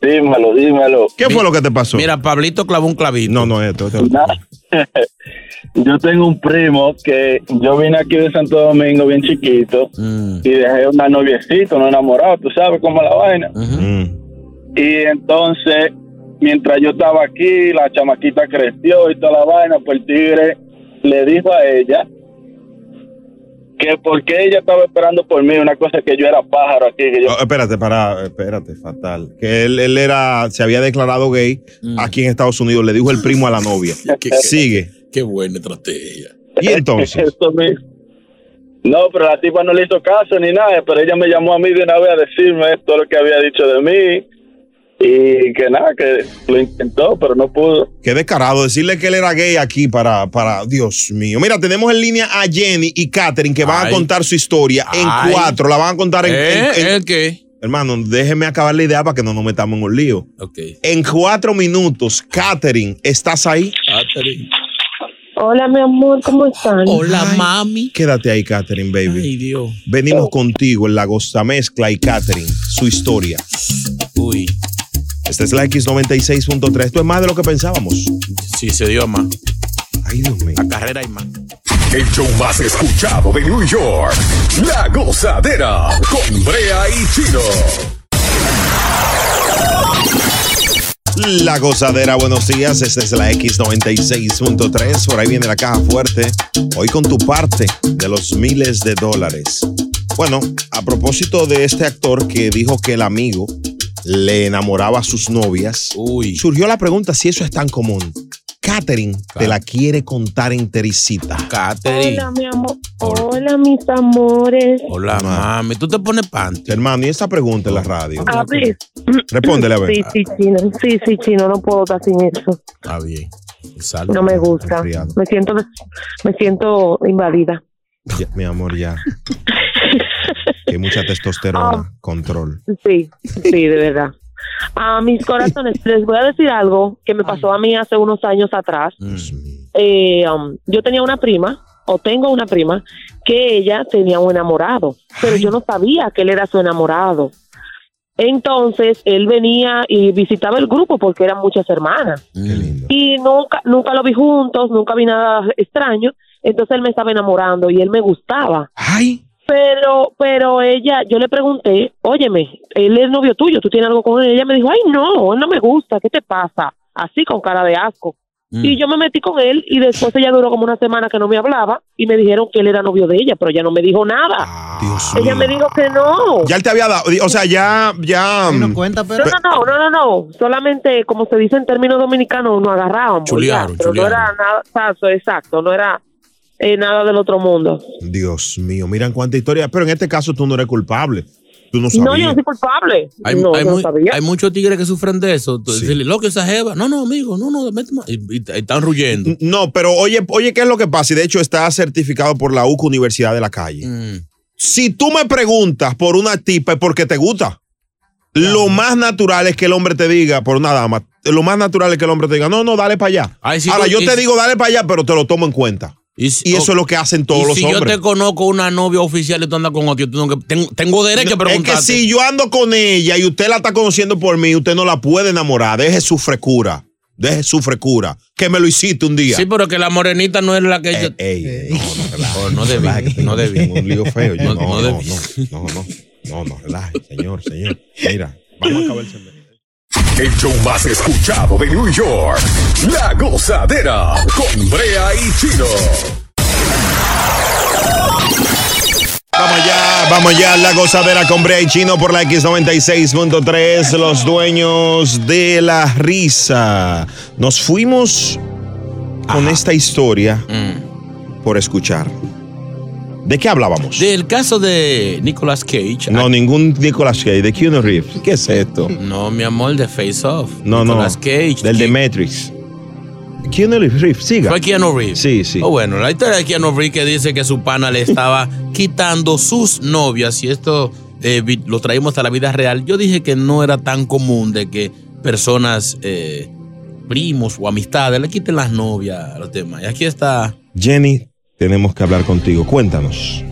E: Dímelo, dímelo.
A: ¿Qué fue lo que te pasó?
E: Mira, Pablito clavó un clavito.
A: No, no, esto.
F: yo tengo un primo que yo vine aquí de Santo Domingo bien chiquito y dejé una noviecita, un enamorado, tú sabes cómo es la vaina.
A: Mm.
F: Y entonces, mientras yo estaba aquí, la chamaquita creció y toda la vaina, pues el tigre
O: le dijo a ella que porque ella estaba esperando por mí, una cosa que yo era pájaro aquí, que yo
A: Oh, espérate, para, espérate, fatal. Que él, él era, se había declarado gay aquí en Estados Unidos, le dijo el primo a la novia. Sigue.
E: Mm. Qué buena estrategia.
A: ¿Y entonces?
O: Eso mismo. No, pero la tipa no le hizo caso ni nada, pero ella me llamó a mí de una vez a decirme todo lo que había dicho de mí y que nada, que lo intentó, pero no pudo.
A: Qué descarado decirle que él era gay aquí para, para Dios mío. Mira, tenemos en línea a Jenny y Katherine que van a
E: Ay.
A: contar su historia
E: Ay.
A: en cuatro. La van a contar en,
E: ¿Eh?
A: en- en-
E: ¿El qué?
A: Hermano, déjeme acabar la idea para que no nos metamos en un lío.
E: Ok.
A: En cuatro minutos, Katherine, ¿estás ahí?
C: Hola, mi amor, ¿cómo están? Hola,
A: mami. Quédate ahí, Katherine, baby. Venimos contigo en la Goza Mezcla y Katherine, su historia. Uy. Esta es la X96.3. Esto es más de lo que pensábamos.
E: Sí, se dio más.
A: Ay, Dios mío.
E: A carrera y más.
K: El show más escuchado de New York. La gozadera con Brea y Chino.
A: La gozadera, buenos días. Esta es la X96.3. Por ahí viene la caja fuerte. Hoy con tu parte de los miles de dólares. Bueno, a propósito de este actor que dijo que el amigo le enamoraba a sus novias, surgió la pregunta si eso es tan común. Katherine te la quiere contar entericita.
E: Katherine.
C: mi amor. Hola, mis amores.
E: Hola, mami. Tú te pones panty.
A: Hermano, y esa pregunta en la radio.
C: A ver.
A: Respóndele a ver.
C: Ah, Sí, sí, chino. Sí, sí, chino. No puedo estar sin eso.
E: Está bien. Salud.
C: No me gusta. Me siento, me siento inválida.
A: Ya, mi amor, ya. Hay mucha
C: Ah.
A: testosterona. Control.
C: Sí, sí, de verdad. A mis corazones, les voy a decir algo que me pasó a mí hace unos años atrás.
A: Mm.
C: Eh, um, yo tenía una prima, o tengo una prima, que ella tenía un enamorado, pero yo no sabía que él era su enamorado. Entonces, él venía y visitaba el grupo porque eran muchas hermanas. Y nunca, nunca lo vi juntos, nunca vi nada extraño. Entonces él me estaba enamorando y él me gustaba. Pero, pero ella, yo le pregunté, óyeme, él es novio tuyo, tú tienes algo con él. Ella me dijo, ay no, él no me gusta, ¿qué te pasa? Así con cara de asco.
Y: Mm.
C: Y yo me metí con él y después ella duró como una semana que no me hablaba y me dijeron que él era novio de ella, pero ella no me dijo nada. ella me dijo que no.
A: Ya él te había dado, o sea, ya, ya. mm, No
C: cuenta, pero. No, no, no, no, no. Solamente, como se dice en términos dominicanos, nos agarrábamos.
A: Chulearon,
C: ya, pero
A: chulearon.
C: no era nada, o sea, exacto, no era eh, nada del otro mundo.
A: Dios mío, miran cuánta historia. Pero en este caso tú no eres culpable. Tú no sabías.
C: No, yo no soy culpable.
E: Hay,
C: no,
E: hay
C: yo no
E: muy-
C: sabía.
E: hay muchos tigres que sufren de eso. Tú Decirle, loco, esa jeva. No, no, amigo, no, no, vete más. Y, y t- están ruyendo.
A: No, pero oye, oye, ¿qué es lo que pasa? Y de hecho está certificado por la UCA Universidad de la Calle. Si tú me preguntas por una tipa es porque te gusta. Lo más natural es que el hombre te diga, por una dama, lo más natural es que el hombre te diga, no, no, dale para allá.
E: Ay, si
A: Ahora,
E: tú-
A: yo
E: y
A: te
E: si-
A: digo, dale para allá, pero te lo tomo en cuenta.
E: Y,
A: eso es lo que hacen todos
E: Y
A: los
E: si
A: hombres.
E: yo te conozco una novia oficial y tú andas con otro, yo tengo, que- tengo, tengo derecho a
A: No, Es
E: preguntarte.
A: que si yo ando con ella y usted la está conociendo por mí, usted no la puede enamorar. Deje su frecura. Deje su frecura. Que me lo hiciste un día. Eh,
E: Sí, pero que la morenita no era la que ella. Oh, no debí, no debí.
A: Un lío feo. Yo,
E: No,
A: no, no, no,
E: no debí.
A: no, no, no, no, relaje, señor, señor. Mira, vamos a acabar el segmento.
K: El show más escuchado de New York. La gozadera con Brea y Chino.
A: Vamos allá, Ah, vamos allá, la gozadera con Brea y Chino por la X96.3, los dueños de la risa. Nos fuimos con esta historia
E: Mm.
A: por escuchar. ¿De qué hablábamos?
E: Del caso de Nicolas Cage.
A: No, ningún Nicolas Cage, de Keanu Reeves. ¿Qué es esto?
E: No, mi amor, de Face Off.
A: No, no.
E: Nicolas Cage.
A: Del de Matrix. Keanu Reeves, siga.
E: Fue Keanu Reeves.
A: Sí, sí.
E: Oh, bueno, la historia de Keanu Reeves que dice que su pana le estaba quitando sus novias y esto eh, vi- lo traímos a la vida real. Yo dije que no era tan común de que personas, eh, primos o amistades, le quiten las novias a los demás. Y aquí está.
A: Jenny, tenemos que hablar contigo. Cuéntanos.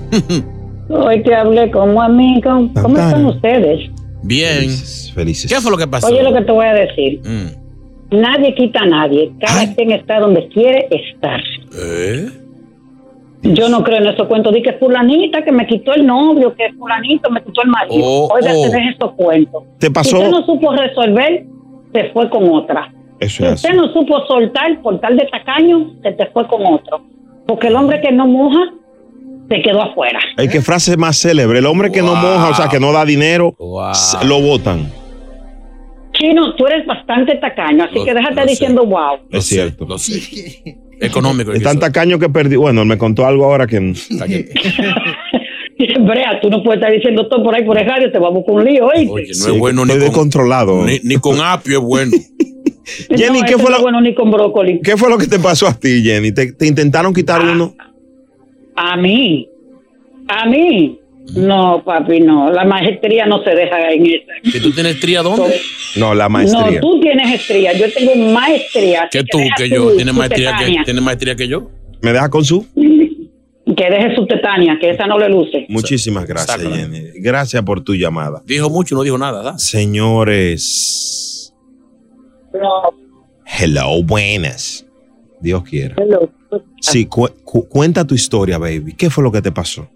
D: Hoy te hablé como amigo. ¿Cómo están ustedes?
E: Bien.
A: Felices.
E: ¿Qué fue lo que pasó? Mm.
D: Oye, lo que te voy a decir. Nadie quita a nadie. Cada quien está donde quiere estar.
E: ¿Eh?
D: Yo no creo en esos cuentos. Di que fulanita que me quitó el novio, que fulanito me quitó el marido.
A: Oh,
D: Oiga,
A: oh.
D: se deje esos cuentos.
A: ¿Te pasó?
D: Si usted no supo resolver, se fue con otra.
A: Eso
D: Si
A: es así.
D: usted no supo soltar por tal de tacaño, se te fue con otro.
N: Porque el hombre que no moja se quedó afuera.
A: Hay que frase más célebre. El hombre que no moja, o sea, que no da dinero, s- lo votan.
N: Chino, tú eres bastante tacaño, así
E: Oh,
A: Lo-
N: que déjate
A: lo sé.
N: diciendo wow.
A: Es cierto.
E: Económico.
A: Es tan tacaño que perdí. Bueno, él me contó algo ahora que.
N: Brea, tú no puedes estar diciendo todo por ahí por el radio, te vamos con un lío, ¿oíste?
E: Oye, no es bueno ni
A: Estoy
E: con,
A: descontrolado.
E: ni, ni con apio es bueno.
A: Jenny,
N: No,
A: ¿qué
N: eso
A: fue
N: no
A: lo
N: es bueno ni con brócoli?
A: ¿Qué fue lo que te pasó a ti, Jenny? ¿Te, te intentaron quitar
E: Ah.
A: uno?
N: A mí, a mí. No, papi, no. La maestría no se deja en esa.
E: Si tú tienes tría, ¿dónde?
A: No, la
N: No, tú tienes estría. Yo tengo maestría.
E: ¿Qué tú
N: deja
E: que
N: tu-
E: yo? ¿Tienes
N: tu
E: maestría que,
N: tetania.
E: ¿Tienes maestría que yo?
A: ¿Me deja con su?
N: Que deje su tetania, que esa no le luce.
A: Muchísimas gracias, Jenny. Gracias por tu llamada.
E: Dijo mucho, no dijo nada. ¿da?
A: Señores. Hello, buenas. Dios quiera. Sí, cu- cu- cuenta tu historia, baby. ¿Qué fue lo que te pasó?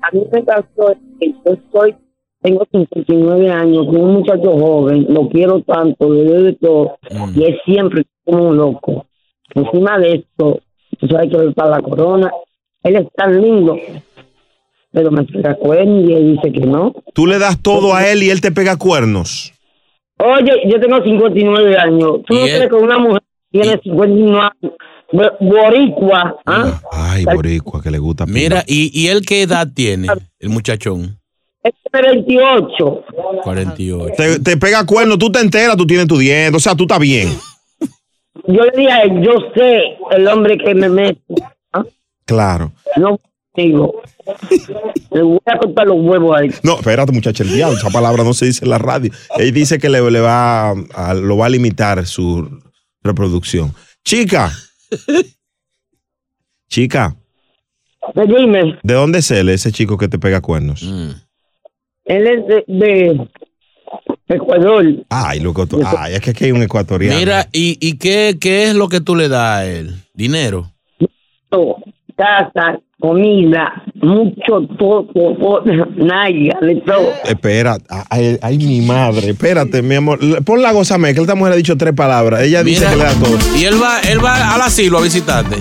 D: A mí me pasó que yo soy, tengo 59 años, soy un muchacho joven, lo quiero tanto, le doy de todo,
A: Mm.
D: y él siempre es como un loco. Encima de esto, tú sabes que él está la corona, él es tan lindo, pero me pega cuernos y él dice que no.
A: Tú le das todo a él y él te pega cuernos.
D: Oye, yo tengo 59 años, tú no
A: Y él-
D: crees que una mujer tiene 59 años, Bo- boricua, ¿ah?
A: Ay, boricua, que le gusta.
E: Mira, ¿y, ¿y él qué edad tiene, el muchachón?
D: Es 38.
E: 48.
A: Te, te pega cuernos, tú te enteras, tú tienes tu diente, o sea, tú estás bien.
D: Yo le dije a él, yo sé el hombre que me mete. ¿ah?
A: Claro.
D: No digo. Le voy a cortar los huevos ahí.
A: No, espérate, muchacha, el diablo, esa palabra no se dice en la radio. Él dice que le, le va a- a- lo va a limitar su reproducción. Chica. Chica.
D: Pues Dime.
A: ¿De dónde es él, ese chico que te pega cuernos?
D: Él es de, de Ecuador.
A: Ay, loco, tú- ay, es que aquí hay un ecuatoriano.
E: Mira, ¿y, y qué, qué es lo que tú le das a él? ¿Dinero?
D: Casa, comida, mucho poco, po- naya, de todo.
A: Espera, ay, ay, mi madre, espérate, mi amor. Le- Pon la gozame, que esta mujer ha dicho tres palabras. Ella dice
E: Mira.
A: que le da todo.
E: Y él va, él va al asilo a visitarte.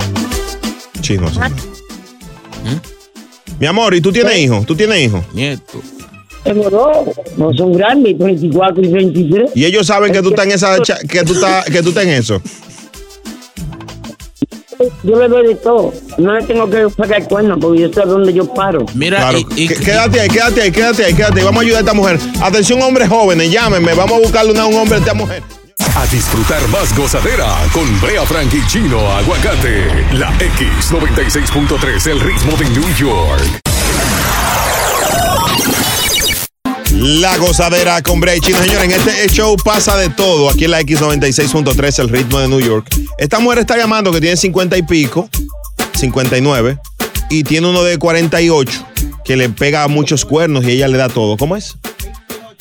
A: Chino, sí.
E: ¿Eh?
A: Mi amor, ¿y tú tienes hijos? ¿Tú tienes hijos?
E: Nieto.
D: Tengo dos, no son grandes, 24 y 23.
A: Y ellos saben que tú estás en esa cha- que tú estás que tú estás en eso.
D: Yo le doy de todo. No le tengo que pagar el cuerno porque yo sé dónde yo paro.
E: Mira,
A: Claro. Qu- quédate ahí, quédate ahí, quédate ahí, quédate ahí. Vamos a ayudar a esta mujer. Atención, hombres jóvenes, llámenme. Vamos a buscarle una a un hombre a esta mujer.
B: A disfrutar más gozadera con Brea Frank y Chino Aguacate. La X96.3, el ritmo de New York.
A: La gozadera con Bray Chino, señores. En este show pasa de todo. Aquí en la X96.3, el ritmo de New York. Esta mujer está llamando que tiene 50 y pico, 59, y tiene uno de 48 que le pega muchos cuernos y ella le da todo. ¿Cómo es?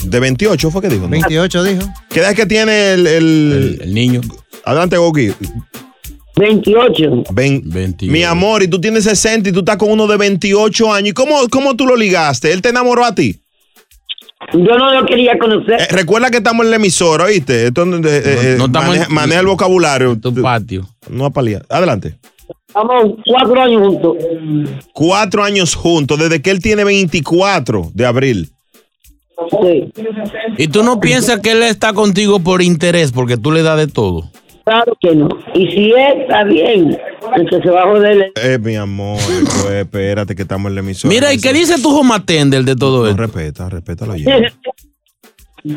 A: De 28 fue que dijo. ¿no?
I: 28 dijo.
A: ¿Qué edad es que tiene el, el-
E: niño?
A: Adelante, Goki.
D: 28.
A: Mi amor, y tú tienes 60 y tú estás con uno de 28 años. ¿Y cómo, cómo tú lo ligaste? ¿Él te enamoró a ti? Eh,
D: Yo no lo quería conocer.
A: recuerda que estamos en la emisora, ¿oíste? Esto, no,
E: no estamos
A: maneja,
E: en-
A: maneja el vocabulario.
E: Tu patio.
A: No a paliar. Adelante.
D: Vamos, cuatro años juntos.
A: Cuatro años juntos, desde que él tiene 24 de abril.
E: ¿Y tú no piensas que él está contigo por interés porque tú le das de todo?
D: Claro que no. Y si él está bien, el que se va a joder.
A: Eh, mi amor, pues, espérate que estamos en la emisora.
E: Mira, ¿y qué dice tu home attendant de todo esto?
A: Respeta, respeta la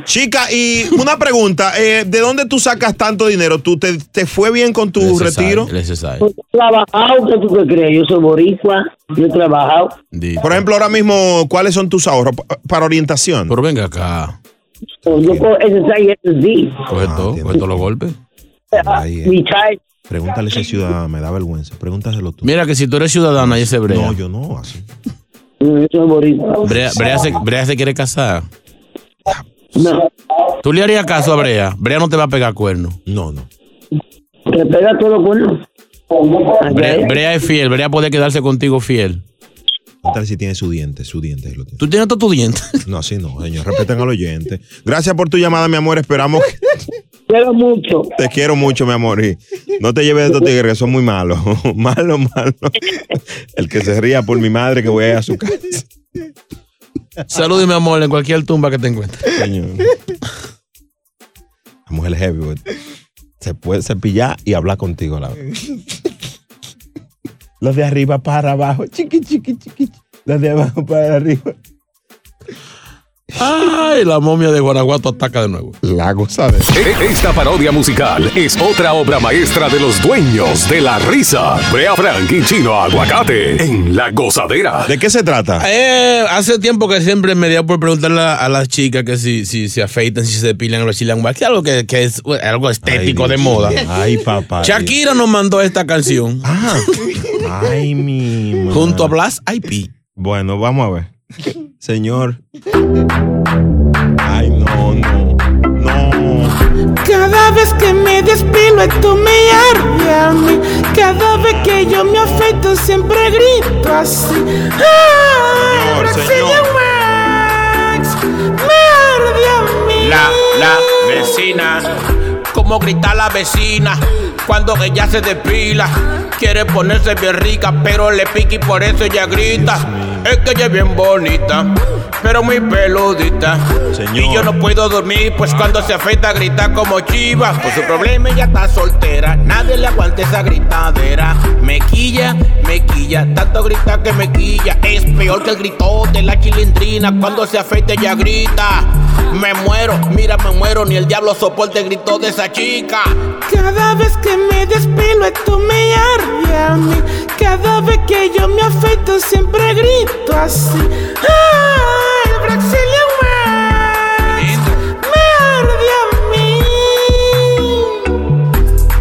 A: Chica, y una pregunta, eh, ¿de dónde tú sacas tanto dinero? ¿Tú te, te fue bien con tu retiro?
E: Necesario.
D: Trabajado, ¿qué tú qué crees? Yo soy boricua, yo he trabajado.
A: Por ejemplo, ahora mismo, ¿cuáles son tus ahorros Pa- para orientación?
E: Pero venga acá.
D: Yo cojo SSI y SSD.
E: Coge todo, coge todos los golpes.
D: Mi child.
A: Pregúntale si es ciudadana, me da vergüenza. Pregúntaselo tú.
E: Mira que si tú eres ciudadana y ese Brea. No,
A: yo no, así.
D: Yo soy boricua.
E: Brea, Brea se, Brea se quiere casar.
D: No,
E: ¿Tú le harías caso a Brea? Brea no te va a pegar cuerno.
A: No, no.
D: que pega todo con
E: Brea, Brea es fiel, Brea puede quedarse contigo fiel.
A: Pregúntale si tiene su diente, su diente lo tiene.
E: ¿Tú tienes todo tu diente?
A: No, así no, señor. Respeten al oyente. Gracias por tu llamada, mi amor. Esperamos que,
D: Quiero mucho.
A: Te quiero mucho, mi amor. Y no te lleves de estos tigres, que son muy malos. malo, malo. El que se ría por mi madre que voy a ir a su casa.
E: Salud, mi amor, en cualquier tumba que te encuentres.
A: Señor. La mujer heavy, güey. Se puede cepillar y hablar contigo a la vez. Los de arriba para abajo. Chiqui, chiqui, chiqui. chiqui. Los de abajo para arriba.
E: Ay, la momia de Guanajuato ataca de nuevo.
A: La gozadera.
B: E- Esta parodia musical es otra obra maestra de los dueños de la risa. Brea Frank y Chino Aguacate en La Gozadera.
A: ¿De qué se trata?
E: Eh, hace tiempo que siempre me dio por preguntarle a, a las chicas que si, si se afeitan, si se depilan o lo chilean wax, que algo que, que es eh, algo estético de moda.
A: Ay, papá.
E: Shakira nos mandó esta canción.
A: Ay, mi. madre.
E: Junto a Blas IP.
A: Bueno, vamos a ver. Señor. Ay, no, no.
G: Cada vez que me despilo esto me arde a mí. Cada vez que yo me afeito siempre grito así. ¡Ay, Braxilia Wax! ¡Me arde a mí!
S: La, la vecina. Como grita la vecina cuando ella se despila. Quiere ponerse bien rica, pero le pica y por eso ella grita. Es que ella es bien bonita, pero muy peludita. Y yo no puedo dormir, pues cuando se afeita grita como chiva. Por su problema ella está soltera, nadie le aguanta esa gritadera. Me quilla, me quilla, tanto grita que me quilla. Es peor que el grito de la chilindrina, cuando se afeita ella grita. Me muero, mira, me muero, ni el diablo soporte el grito de esa chica.
G: Cada vez que me despilo esto me arde a mí. Cada vez que yo me afeito siempre grito así. ¡Ay, Braxilia Wax! ¡Me arde a mí!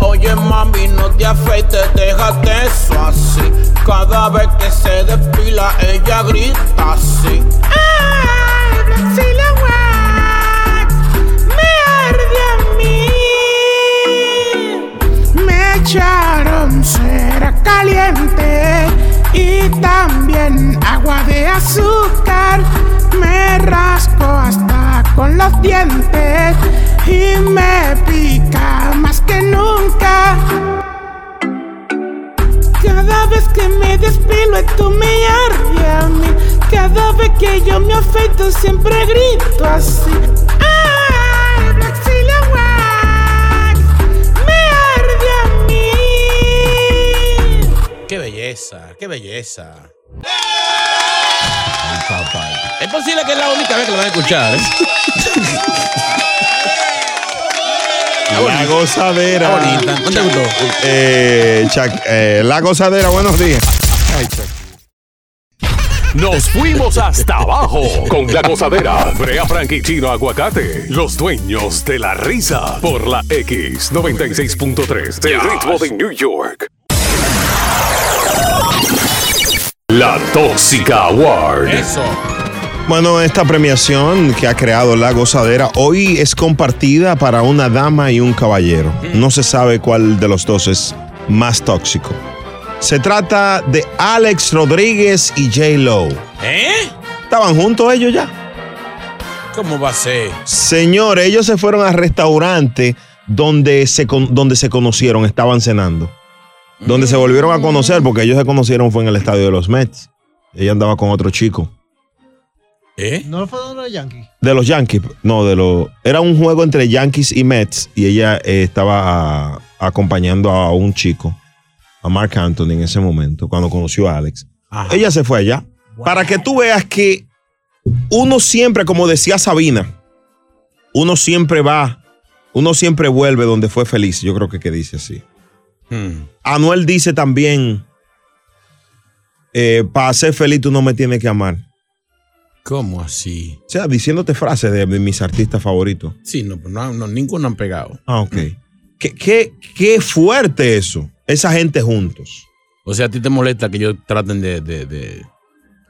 S: Oye mami, no te afeites, déjate eso así. Cada vez que se despila, ella grita así.
G: ¡Ay, Braxilia Wax! ¡Me arde a mí! Me echaron cera caliente y también agua de azúcar. Me rasco hasta con los dientes y me pica más que nunca. Cada vez que me despilo esto me arde a mí. Cada vez que yo me afeito siempre grito así. Ah. ¡Ay, Braxilia Wax! ¡Me arde a mí!
E: Qué belleza, qué belleza. Es posible que es la única vez que lo van a escuchar. ¿eh?
A: La gozadera.
E: Bonita. ¿Dónde gustó?
A: Eh, Shak- eh, la gozadera, buenos días.
B: Nos fuimos hasta abajo con la gozadera. Brea Frank y Chino Aguacate, los dueños de la risa por la X96.3 del ritmo de New York. La Tóxica Award.
A: Bueno, esta premiación que ha creado La Gozadera hoy es compartida para una dama y un caballero.
E: Mm.
A: No se sabe cuál de los dos es más tóxico. Se trata de Alex Rodríguez y J. Lo.
E: ¿Eh?
A: Estaban juntos ellos ya.
E: ¿Cómo va a ser?
A: Señores, ellos se fueron al restaurante donde se, con- donde se conocieron, estaban cenando. Donde se volvieron a conocer, porque ellos se conocieron fue en el estadio de los Mets. Ella andaba con otro chico.
I: ¿No fue donde los Yankees?
A: De los Yankees, no, de los. Era un juego entre Yankees y Mets y ella eh, estaba ah, acompañando a un chico, a Mark Anthony en ese momento, cuando conoció a Alex. Ella se fue allá. Para que tú veas que uno siempre, como decía Sabina, uno siempre va, uno siempre vuelve donde fue feliz. Yo creo que, que dice así. Anuel dice también: para ser feliz tú no me tienes que amar.
E: ¿Cómo así?
A: O sea, diciéndote frases de, de mis artistas favoritos.
E: Sí, no, pues no, no, ninguno han pegado.
A: Ah, ok. Qué, qué- qué fuerte eso. Esa gente juntos.
E: O sea, a ti te molesta que ellos traten de. de- de-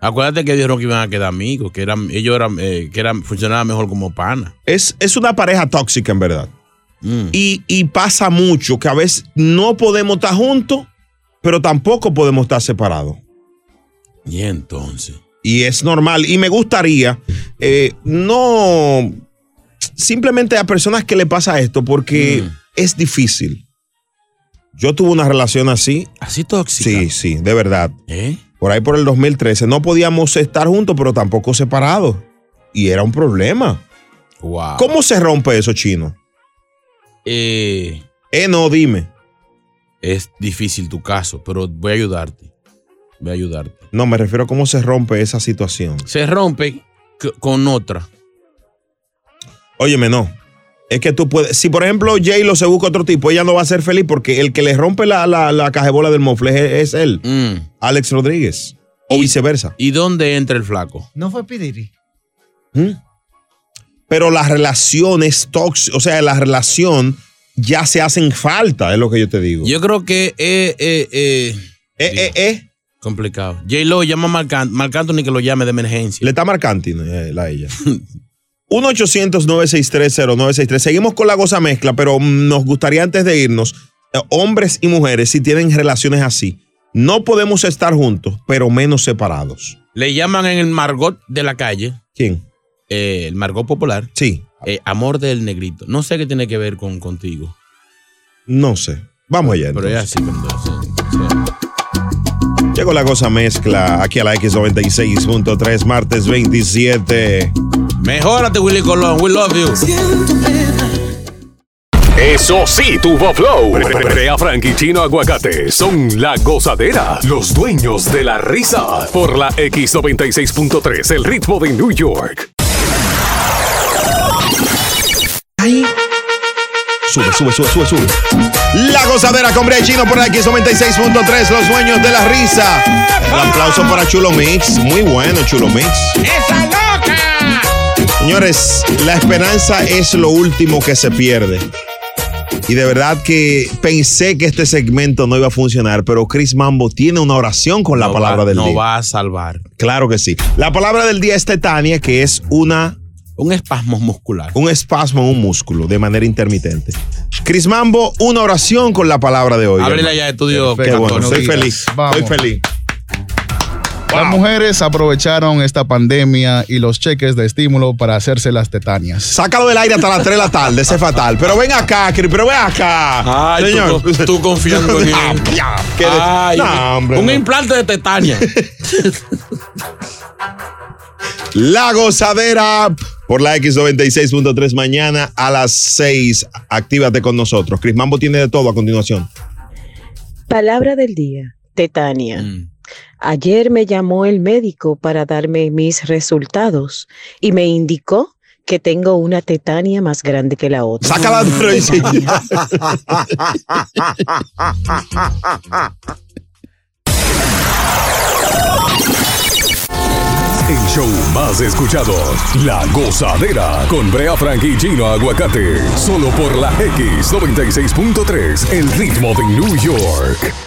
E: Acuérdate que dijeron que iban a quedar amigos, que eran, ellos eran, eh, que eran, funcionaban mejor como pana.
A: Es, es una pareja tóxica, en verdad. Y, y pasa mucho que a veces no podemos estar juntos, pero tampoco podemos estar separados.
E: Y entonces.
A: Y es normal. Y me gustaría, eh, no, simplemente a personas que le pasa esto porque
E: Mm.
A: es difícil. Yo tuve una relación así.
E: ¿Así tóxica? ¿Eh?
A: Sí, sí, de verdad. Por ahí por el 2013. No podíamos estar juntos, pero tampoco separados. Y era un problema.
E: Wow.
A: ¿Cómo se rompe eso, chino?
E: Eh,
A: no, dime.
E: Es difícil tu caso, pero voy a ayudarte. Voy a ayudarte.
A: No, me refiero a cómo se rompe esa situación.
E: Se rompe c- con otra.
A: Óyeme, no. Es que tú puedes. Si por ejemplo Jay lo se busca otro tipo, ella no va a ser feliz porque el que le rompe la, la, la cajebola del mofle es, es él, Alex Rodríguez. O viceversa.
E: Mm. ¿Y dónde entra el flaco?
I: No fue Pidiri.
A: Pero la relación es tóxica. O sea, la relación ya se hacen falta, es lo que yo te digo.
E: Yo creo que eh, eh, eh, complicado. J-Lo llama a Marc Ant- Marc Anthony que lo llame de emergencia.
A: Le está marcando
E: eh,
A: la ella. 1-800-963-0963. Seguimos con la goza mezcla, pero mm, nos gustaría antes de irnos, eh, hombres y mujeres, si tienen relaciones así, no podemos estar juntos, pero menos separados.
E: Le llaman en el Margot de la calle.
A: ¿Quién?
E: Eh, el Margot Popular. Eh,
A: Sí.
E: amor del negrito. No sé qué tiene que ver con contigo.
A: No sé. Vamos allá.
E: Pero ya
A: entonces.
E: sí, con dos.
A: Llegó la goza mezcla aquí a la X96.3, martes 27.
E: Mejórate, Willy Colón. We love you.
B: Eso sí, tuvo flow. Brea Frank y Chino Aguacate son la gozadera, los dueños de la risa. Por la X96.3, el ritmo de New York.
A: Sube, sube, sube, sube, sube. La gozadera con Brea y Chino por aquí, 96.3, los sueños de la risa. Un aplauso para Chulo Mix. Muy bueno, Chulo Mix.
G: ¡Esa loca!
A: Señores, la esperanza es lo último que se pierde. Y de verdad que pensé que este segmento no iba a funcionar, pero Chris Mambo tiene una oración con la palabra del
E: Nos
A: día.
E: va a salvar.
A: Claro que sí. La palabra del día es tetania, que es una...
E: Un espasmo muscular.
A: Un espasmo en un músculo de manera intermitente. Chris Mambo, una oración con la palabra de hoy.
E: Ábrela
A: hermano.
E: ya, estudio.
A: Qué bueno,
E: Católico.
A: estoy feliz.
E: Vamos.
A: Estoy feliz.
M: Las mujeres aprovecharon esta pandemia y los cheques de estímulo para hacerse las tetanias.
A: Sácalo del aire hasta las 3 de la tarde, ese es fatal. Pero ven acá, Chris, pero ven acá.
E: Ay,
A: Señor.
E: tú, tú confiando en él.
A: Ah, ya, qué de-
E: Ay,
A: No, hombre,
E: un
A: no.
E: implante de tetania.
A: La gozadera por la X96.3 mañana a las 6. Actívate con nosotros. Chris Mambo tiene de todo a continuación.
O: Palabra del día, Tetania. Ayer me llamó el médico para darme mis resultados y me indicó que tengo una tetania más grande que la otra.
A: Sácala de
B: El show más escuchado, La Gozadera, con Brea Frank y Chino Aguacate, solo por la X96.3, el ritmo de New York.